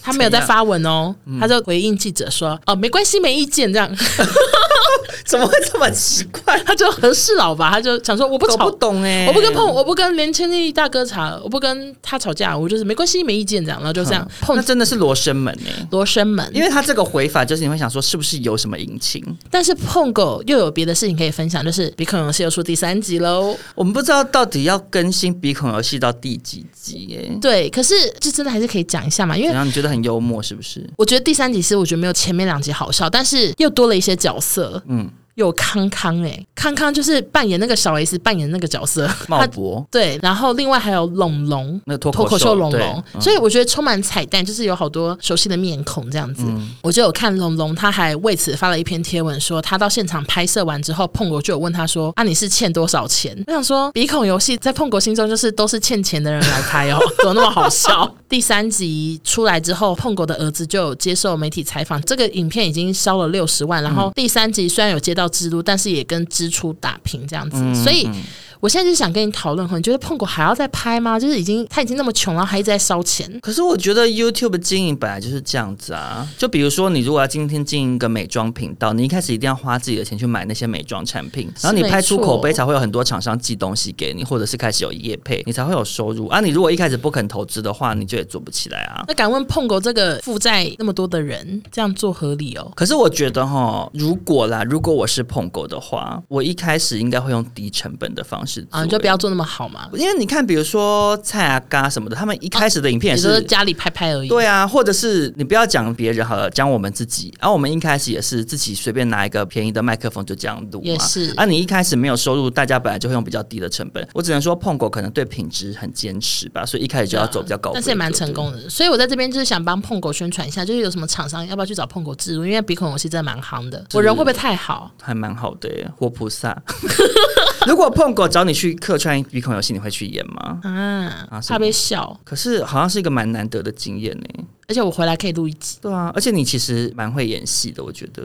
[SPEAKER 4] 他没有在发文哦，他就回应记者说：‘哦，没关系，没意见。’这样，
[SPEAKER 3] 怎么会这么奇怪？
[SPEAKER 4] 他就很是老吧，他就想说我不欸
[SPEAKER 3] 搞
[SPEAKER 4] 吵
[SPEAKER 3] 不，懂哎、
[SPEAKER 4] 我不跟碰，我不跟连千亿大哥吵，我不跟他吵架，我就是没关系，没意见这样，然后就这样嗯碰
[SPEAKER 3] 那真的是罗生门哎、
[SPEAKER 4] 罗生门，
[SPEAKER 3] 因为他这个回法就是你会想说是不是有什么隐情？
[SPEAKER 4] 但是碰狗又有别的事情可以分享，就是《比克勇士》又出第三集喽。
[SPEAKER 3] 我们不知道到底要更新鼻孔游戏到第几集哎、
[SPEAKER 4] 对，可是这真的还是可以讲一下嘛，因
[SPEAKER 3] 然
[SPEAKER 4] 为
[SPEAKER 3] 后你觉得很幽默是不是？
[SPEAKER 4] 我觉得第三集其实我觉得没有前面两集好笑，但是又多了一些角色，嗯
[SPEAKER 3] 嗯。
[SPEAKER 4] 有康康哎、康康就是扮演那个小 S 扮演那个角色，
[SPEAKER 3] 茂
[SPEAKER 4] 他
[SPEAKER 3] 博
[SPEAKER 4] 对，然后另外还有龙龙，
[SPEAKER 3] 那个脱
[SPEAKER 4] 脱
[SPEAKER 3] 口
[SPEAKER 4] 口秀龙龙
[SPEAKER 3] 对，嗯
[SPEAKER 4] 所以我觉得充满彩蛋，就是有好多熟悉的面孔这样子。
[SPEAKER 3] 嗯
[SPEAKER 4] 我就有看龙龙，他还为此发了一篇贴文说，他到现场拍摄完之后，碰狗就有问他说：“啊，你是欠多少钱？”我想说，鼻孔游戏在碰狗心中就是都是欠钱的人来拍哦， 怎么那么好笑？第三集出来之后，碰狗的儿子就有接受媒体采访，这个影片已经烧了六十万，然
[SPEAKER 3] 嗯
[SPEAKER 4] 后第三集虽然有接到支路，但是也跟支出打平这样子，
[SPEAKER 3] 嗯
[SPEAKER 4] 所以。我现在就想跟你讨论，你觉得碰狗还要再拍吗？就是已经他已经那么穷，然后还一直在烧钱。
[SPEAKER 3] 可是我觉得 YouTube 经营本来就是这样子啊，就比如说你如果要今天经营一个美妆频道，你一开始一定要花自己的钱去买那些美妆产品，然后你拍出口碑，才会有很多厂商寄东西给你，或者是开始有业配，你才会有收入啊。你如果一开始不肯投资的话，你就也做不起来啊。
[SPEAKER 4] 那敢问碰狗这个负债那么多的人，这样做合理哦？
[SPEAKER 3] 可是我觉得哈，如果啦，如果我是捧狗的话，我一开始应该会用低成本的方式做欸
[SPEAKER 4] 啊，你就不要做那么好嘛，
[SPEAKER 3] 因为你看，比如说蔡阿嘎什么的，他们一开始的影
[SPEAKER 4] 也
[SPEAKER 3] 片也、
[SPEAKER 4] 就是是家里拍拍而已。
[SPEAKER 3] 对啊，或者是你不要讲别人好了，讲我们自己。啊，我们一开始也是自己随便拿一个便宜的麦克风就这样录嘛。
[SPEAKER 4] 也是
[SPEAKER 3] 啊，你一开始没有收入，大家本来就会用比较低的成本。我只能说，碰狗可能对品质很坚持吧，所以一开始就要走比较高规格
[SPEAKER 4] 啊
[SPEAKER 3] 的。
[SPEAKER 4] 但是也蛮成功的，所以我在这边就是想帮碰狗宣传一下，就是有什么厂商要不要去找碰狗植入，因为鼻孔游戏真的蛮夯的。我人会不会太好？
[SPEAKER 3] 还蛮好的耶，活菩萨。 如果碰狗找你去客串鼻孔游戏，你会去演吗？
[SPEAKER 4] 啊
[SPEAKER 3] 啊，什
[SPEAKER 4] 怕
[SPEAKER 3] 么
[SPEAKER 4] 被笑，
[SPEAKER 3] 可是好像是一个蛮难得的经验呢。
[SPEAKER 4] 而且我回来可以录一集
[SPEAKER 3] 对啊，而且你其实蛮会演戏的，我觉得。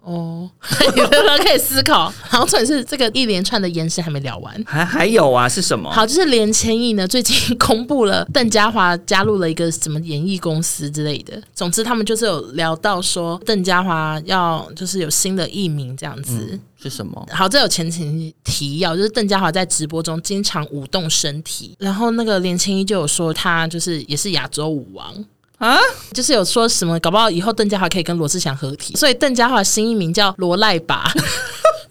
[SPEAKER 4] 哦，你们都可以思考。然后重点是这个一连串的延伸还没聊完，
[SPEAKER 3] 还还有啊，是什么？
[SPEAKER 4] 好，就是连千亿呢，最近公布了邓家华加入了一个什么演艺公司之类的。总之，他们就是有聊到说邓家华要就是有新的艺名这样子。
[SPEAKER 3] 是什么？
[SPEAKER 4] 好，这有前情提要，就是邓家华在直播中经常舞动身体，然后那个连千一就有说他就是也是亚洲舞王
[SPEAKER 3] 啊，
[SPEAKER 4] 就是有说什么搞不好以后邓家华可以跟罗志祥合体，所以邓家华新艺名叫罗赖吧。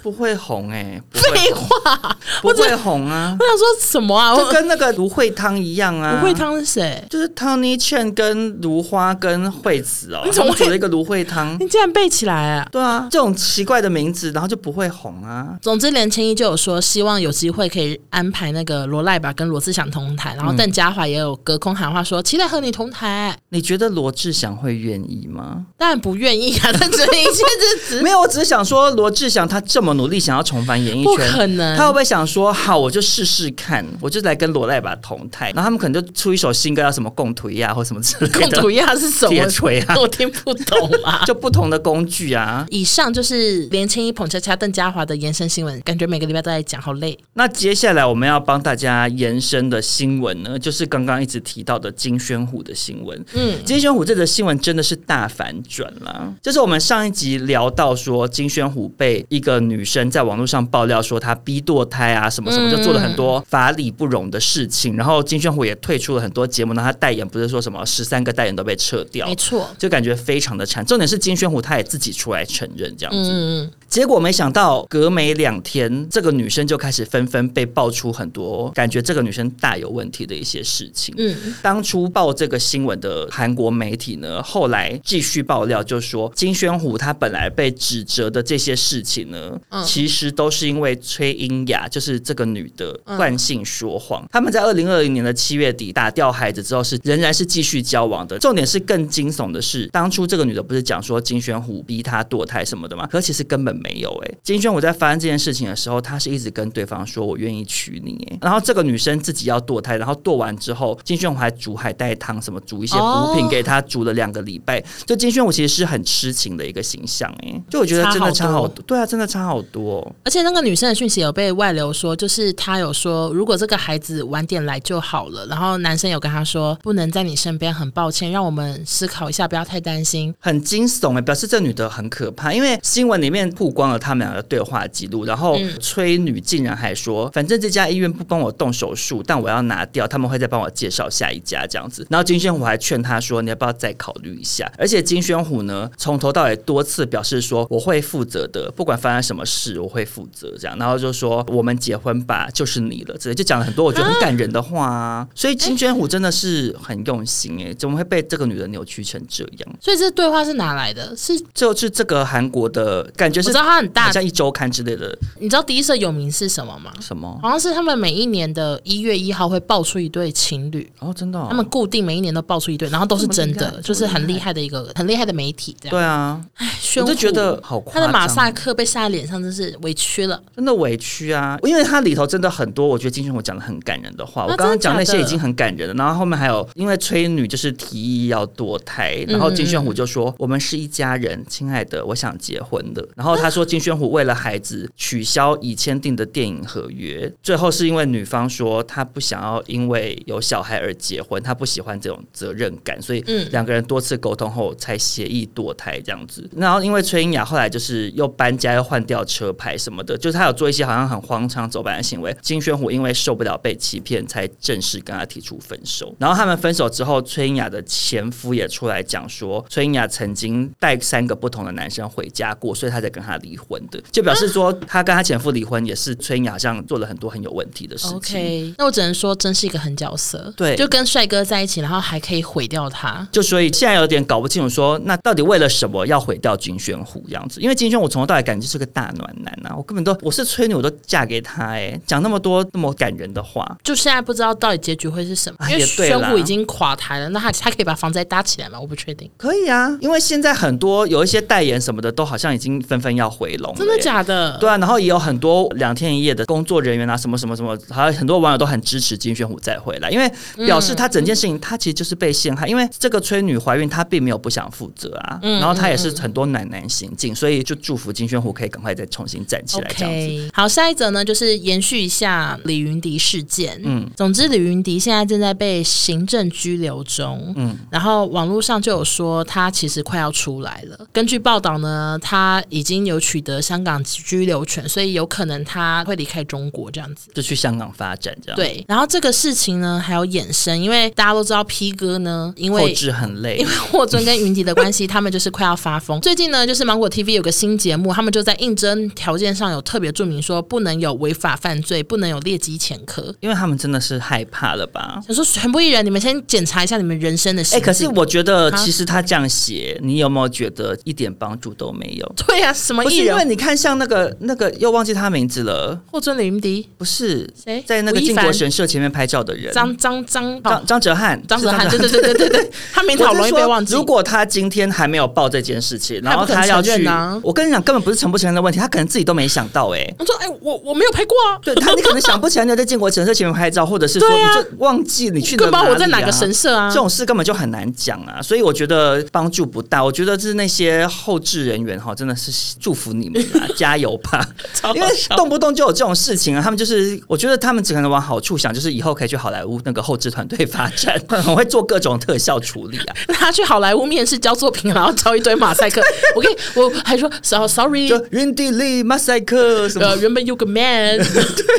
[SPEAKER 3] 不会红哎、不
[SPEAKER 4] 废
[SPEAKER 3] 会红
[SPEAKER 4] 话，
[SPEAKER 3] 不会红 啊
[SPEAKER 4] 我，想说什么啊？
[SPEAKER 3] 就
[SPEAKER 4] 我
[SPEAKER 3] 跟那个芦荟汤一样啊。
[SPEAKER 4] 不会汤是谁？
[SPEAKER 3] 就是 Tony Chen 跟芦花跟惠子哦，
[SPEAKER 4] 你怎么
[SPEAKER 3] 他们
[SPEAKER 4] 会
[SPEAKER 3] 组了一个芦荟汤。
[SPEAKER 4] 你竟然背起来啊！
[SPEAKER 3] 对啊，这种奇怪的名字，然后就不会红啊。
[SPEAKER 4] 总之，连千一就有说，希望有机会可以安排那个罗赖吧跟罗志祥同台，然后邓家华也有隔空喊话说，期待和你同台。
[SPEAKER 3] 你觉得罗志祥会愿意吗？
[SPEAKER 4] 当然不愿意啊，但只能一切之子，
[SPEAKER 3] 没有，我只是想说，罗志祥他这么努力想要重返演艺
[SPEAKER 4] 不
[SPEAKER 3] 圈，
[SPEAKER 4] 可能。
[SPEAKER 3] 他会不会想说，好，我就试试看，我就来跟罗赖吧同台，然后他们可能就出一首新歌，叫什么《共腿呀》或什么之类的，
[SPEAKER 4] 共主亚是什
[SPEAKER 3] 铁
[SPEAKER 4] 么？
[SPEAKER 3] 锤啊，。
[SPEAKER 4] 我听不懂啊
[SPEAKER 3] 就不同的工具啊。
[SPEAKER 4] 以上就是连千一捧恰恰邓家华的延伸新闻，感觉每个礼拜都在讲，好累。
[SPEAKER 3] 那接下来我们要帮大家延伸的新闻呢，就是刚刚一直提到的金宣虎的新闻。
[SPEAKER 4] 嗯，
[SPEAKER 3] 金宣虎这则新闻真的是大反转啦！就是我们上一集聊到说，金宣虎被一个女生在网络上爆料说她逼堕胎啊，什么什么，
[SPEAKER 4] 嗯
[SPEAKER 3] 就做了很多法理不容的事情。然后金宣虎也退出了很多节目，然后他代言不是说什么十三个代言都被撤掉
[SPEAKER 4] 没，错。
[SPEAKER 3] 就感觉非常的惨。重点是金宣虎他也自己出来承认这样子。
[SPEAKER 4] 嗯嗯嗯，
[SPEAKER 3] 结果没想到隔没两天，这个女生就开始纷纷被爆出很多感觉这个女生大有问题的一些事情。
[SPEAKER 4] 嗯，
[SPEAKER 3] 当初报这个新闻的韩国媒体呢，后来继续爆料，就说金宣虎他本来被指责的这些事情呢，
[SPEAKER 4] 嗯
[SPEAKER 3] 其实都是因为崔英雅，就是这个女的
[SPEAKER 4] 嗯
[SPEAKER 3] 惯性说谎。他们在二零二零年的七月底打掉孩子之后是，仍然是继续交往的。重点是更惊悚的是，当初这个女的不是讲说金宣虎逼她堕胎什么的吗？可其实根本没有哎、金宣虎在发生这件事情的时候，她是一直跟对方说我愿意娶你、欸。然后这个女生自己要堕胎，然后堕完之后，金宣虎还煮海带汤什么，煮一些补
[SPEAKER 4] 哦
[SPEAKER 3] 品给她，煮了两个礼拜。就金宣虎其实是很痴情的一个形象哎、就我觉得真的
[SPEAKER 4] 差
[SPEAKER 3] 差
[SPEAKER 4] 好
[SPEAKER 3] 好
[SPEAKER 4] 多
[SPEAKER 3] 多，对啊，真的差好多哦。
[SPEAKER 4] 而且那个女生的讯息有被外流说，就是她有说，如果这个孩子晚点来就好了。然后男生有跟她说，不能在你身边，很抱歉，让我们思考一下，不要太担心。
[SPEAKER 3] 很惊悚哎、表示这女的很可怕，因为新闻里面曝光了他们两个对话记录，然后
[SPEAKER 4] 嗯
[SPEAKER 3] 崔女竟然还说，反正这家医院不帮我动手术，但我要拿掉，他们会再帮我介绍下一家这样子。然后金宣虎还劝她说，你要不要再考虑一下？而且金宣虎呢，从头到尾多次表示说我会负责的，不管发生什么事我会负责这样，然后就说我们结婚吧，就是你了之类，就讲了很多我觉得很感人的话啊。所以金宣虎真的是很用心哎、怎么会被这个女人扭曲成这样？
[SPEAKER 4] 所以这对话是哪来的？是
[SPEAKER 3] 就是这个韩国的感觉
[SPEAKER 4] 我知
[SPEAKER 3] 是
[SPEAKER 4] 道它很大
[SPEAKER 3] 好，像一周刊之类的
[SPEAKER 4] 你知道第一社有名是什么吗？
[SPEAKER 3] 什么
[SPEAKER 4] 好像是他们每一年的一月一号会爆出一对情侣，
[SPEAKER 3] 哦，真的、哦，
[SPEAKER 4] 他们固定每一年都爆出一对，然后都是真
[SPEAKER 3] 这么厉
[SPEAKER 4] 的，
[SPEAKER 3] 害
[SPEAKER 4] 就是很厉害的一个很厉害的媒体这样。
[SPEAKER 3] 对啊，
[SPEAKER 4] 宣
[SPEAKER 3] 我就
[SPEAKER 4] 虎
[SPEAKER 3] 觉得好夸
[SPEAKER 4] 他
[SPEAKER 3] 张啊
[SPEAKER 4] 的马赛克被晒在脸上，真是委屈了。
[SPEAKER 3] 真的委屈啊，因为它里头真的很多，我觉得金宣虎讲的很感人的话，
[SPEAKER 4] 啊
[SPEAKER 3] 我刚刚讲那
[SPEAKER 4] 真
[SPEAKER 3] 些
[SPEAKER 4] 的假
[SPEAKER 3] 已
[SPEAKER 4] 的
[SPEAKER 3] 经很感人了，然后后面还有因为崔女就是提议要堕胎，然
[SPEAKER 4] 嗯
[SPEAKER 3] 后金宣虎就说我们是一家人，亲爱的，我想结婚了。然后他说金宣虎为了孩子取消已签订的电影合约，最后是因为女方说她不想要因为有小孩而结婚，她不喜欢这种责任感，所以
[SPEAKER 4] 嗯
[SPEAKER 3] 两个人多次沟通后才协议堕胎这样子。然后因为崔英雅后来就是又搬家又换掉车牌什么的，就是她有做一些好像很荒腔走板的行为。金宣虎因为受不了被欺骗，才正式跟她提出分手。然后他们分手之后，崔英雅的前夫也出来讲说，崔英雅曾经带三个不同的男生回家过，所以她才跟他离婚的，就表示说她跟她前夫离婚也是崔英雅好像做了很多很有问题的事情。
[SPEAKER 4] OK，那我只能说，真是一个狠角色。
[SPEAKER 3] 对
[SPEAKER 4] 就跟帅哥在一起，然后还可以毁掉他。
[SPEAKER 3] 就所以现在有点搞不清楚说那到底为了什么要毁掉金宣虎这样子？因为金宣虎从头到尾感觉就是个大暖男啊，我根本都我是吹女我都嫁给他哎、讲那么多那么感人的话，
[SPEAKER 4] 就现在不知道到底结局会是什么，
[SPEAKER 3] 啊
[SPEAKER 4] 因为
[SPEAKER 3] 也对
[SPEAKER 4] 宣
[SPEAKER 3] 啦
[SPEAKER 4] 虎已经垮台了，那他他可以把房子再搭起来吗？我不确定，
[SPEAKER 3] 可以啊，因为现在很多有一些代言什么的都好像已经纷纷要回笼了耶、
[SPEAKER 4] 真的假的？
[SPEAKER 3] 对啊，然后也有很多两天一夜的工作人员啊，什么什么什么，还有很多网友都很支持金宣虎再回来，因为表示他整件
[SPEAKER 4] 嗯
[SPEAKER 3] 事情他其实就是被陷害，因为这个崔女怀孕她并没有不想负责啊，
[SPEAKER 4] 嗯
[SPEAKER 3] 然后她也是很多暖男行径，所以就祝福金宣虎可以赶快再重新站起来这样子。
[SPEAKER 4] OK，好，下一则呢，就是延续一下李云迪事件。嗯
[SPEAKER 3] 嗯，
[SPEAKER 4] 总之，李云迪现在正在被行政拘留中。嗯，然后网络上就有说他其实快要出来了。根据报道呢，他已经有取得香港居留权，所以有可能他会离开中国这样子。
[SPEAKER 3] 就去香港发展这样，，
[SPEAKER 4] 对，然后这个事情呢还有衍生，因为大家都知道 P 哥呢，因
[SPEAKER 3] 后
[SPEAKER 4] 为
[SPEAKER 3] 置很累
[SPEAKER 4] 因为，霍尊跟云迪的关系，他们就是快要发疯。最近呢，就是芒果 TV 有个新节目，他们就在应征条件上有特别注明说，不能有违法犯罪，不能有劣迹前科。
[SPEAKER 3] 因为他们真的是害怕了吧？
[SPEAKER 4] 想说全部艺人，你们先检查一下你们人生的
[SPEAKER 3] 哎、
[SPEAKER 4] 行
[SPEAKER 3] 可是
[SPEAKER 4] 径
[SPEAKER 3] 我觉得
[SPEAKER 4] 啊
[SPEAKER 3] 其实他这样写，你有没有觉得一点帮助都没有？
[SPEAKER 4] 对啊，什么
[SPEAKER 3] 不是
[SPEAKER 4] 艺
[SPEAKER 3] 因为
[SPEAKER 4] 人？
[SPEAKER 3] 你看，像那个那个又忘记他名字了，
[SPEAKER 4] 霍尊、李云迪、
[SPEAKER 3] 不是
[SPEAKER 4] 谁
[SPEAKER 3] 在那个
[SPEAKER 4] 吴亦
[SPEAKER 3] 靖
[SPEAKER 4] 凡
[SPEAKER 3] 国神社前面拍照的人，
[SPEAKER 4] 张张张
[SPEAKER 3] 张张哲瀚，
[SPEAKER 4] 张哲瀚，
[SPEAKER 3] 是
[SPEAKER 4] 对对对对对对，他名字好
[SPEAKER 3] 我
[SPEAKER 4] 容
[SPEAKER 3] 是
[SPEAKER 4] 易被
[SPEAKER 3] 说
[SPEAKER 4] 忘记。
[SPEAKER 3] 如果他今天还没有报这件事情，
[SPEAKER 4] 他也
[SPEAKER 3] 然后
[SPEAKER 4] 不可能
[SPEAKER 3] 他要
[SPEAKER 4] 承认
[SPEAKER 3] 去
[SPEAKER 4] 啊，
[SPEAKER 3] 我跟你讲，根本不是承不承认的问题，他可能自己都没想到哎、
[SPEAKER 4] 我说，哎，我我没有拍过啊，
[SPEAKER 3] 对他，你可能想不起来你有在建国神社前面拍照，或者是说
[SPEAKER 4] 对啊
[SPEAKER 3] 你就忘记你去了
[SPEAKER 4] 更不知道
[SPEAKER 3] 里啊
[SPEAKER 4] 我在哪个神社啊
[SPEAKER 3] 这。种事根本就很难讲啊，所以我觉得帮助不大。我觉得是那些后置人员哈，真的是祝福你们啦，加油吧！因为动不动就有这种事情啊，他们就是，我觉得他们只可能往好处想，就是以后可以去好莱坞那个后置团队发展，很会做各种特效处理啊。
[SPEAKER 4] 他去好莱坞面试交作品，然后交一堆马赛 克。我跟你我还说，so sorry，
[SPEAKER 3] 就云地利马赛克什么
[SPEAKER 4] 呃，原本有个 man，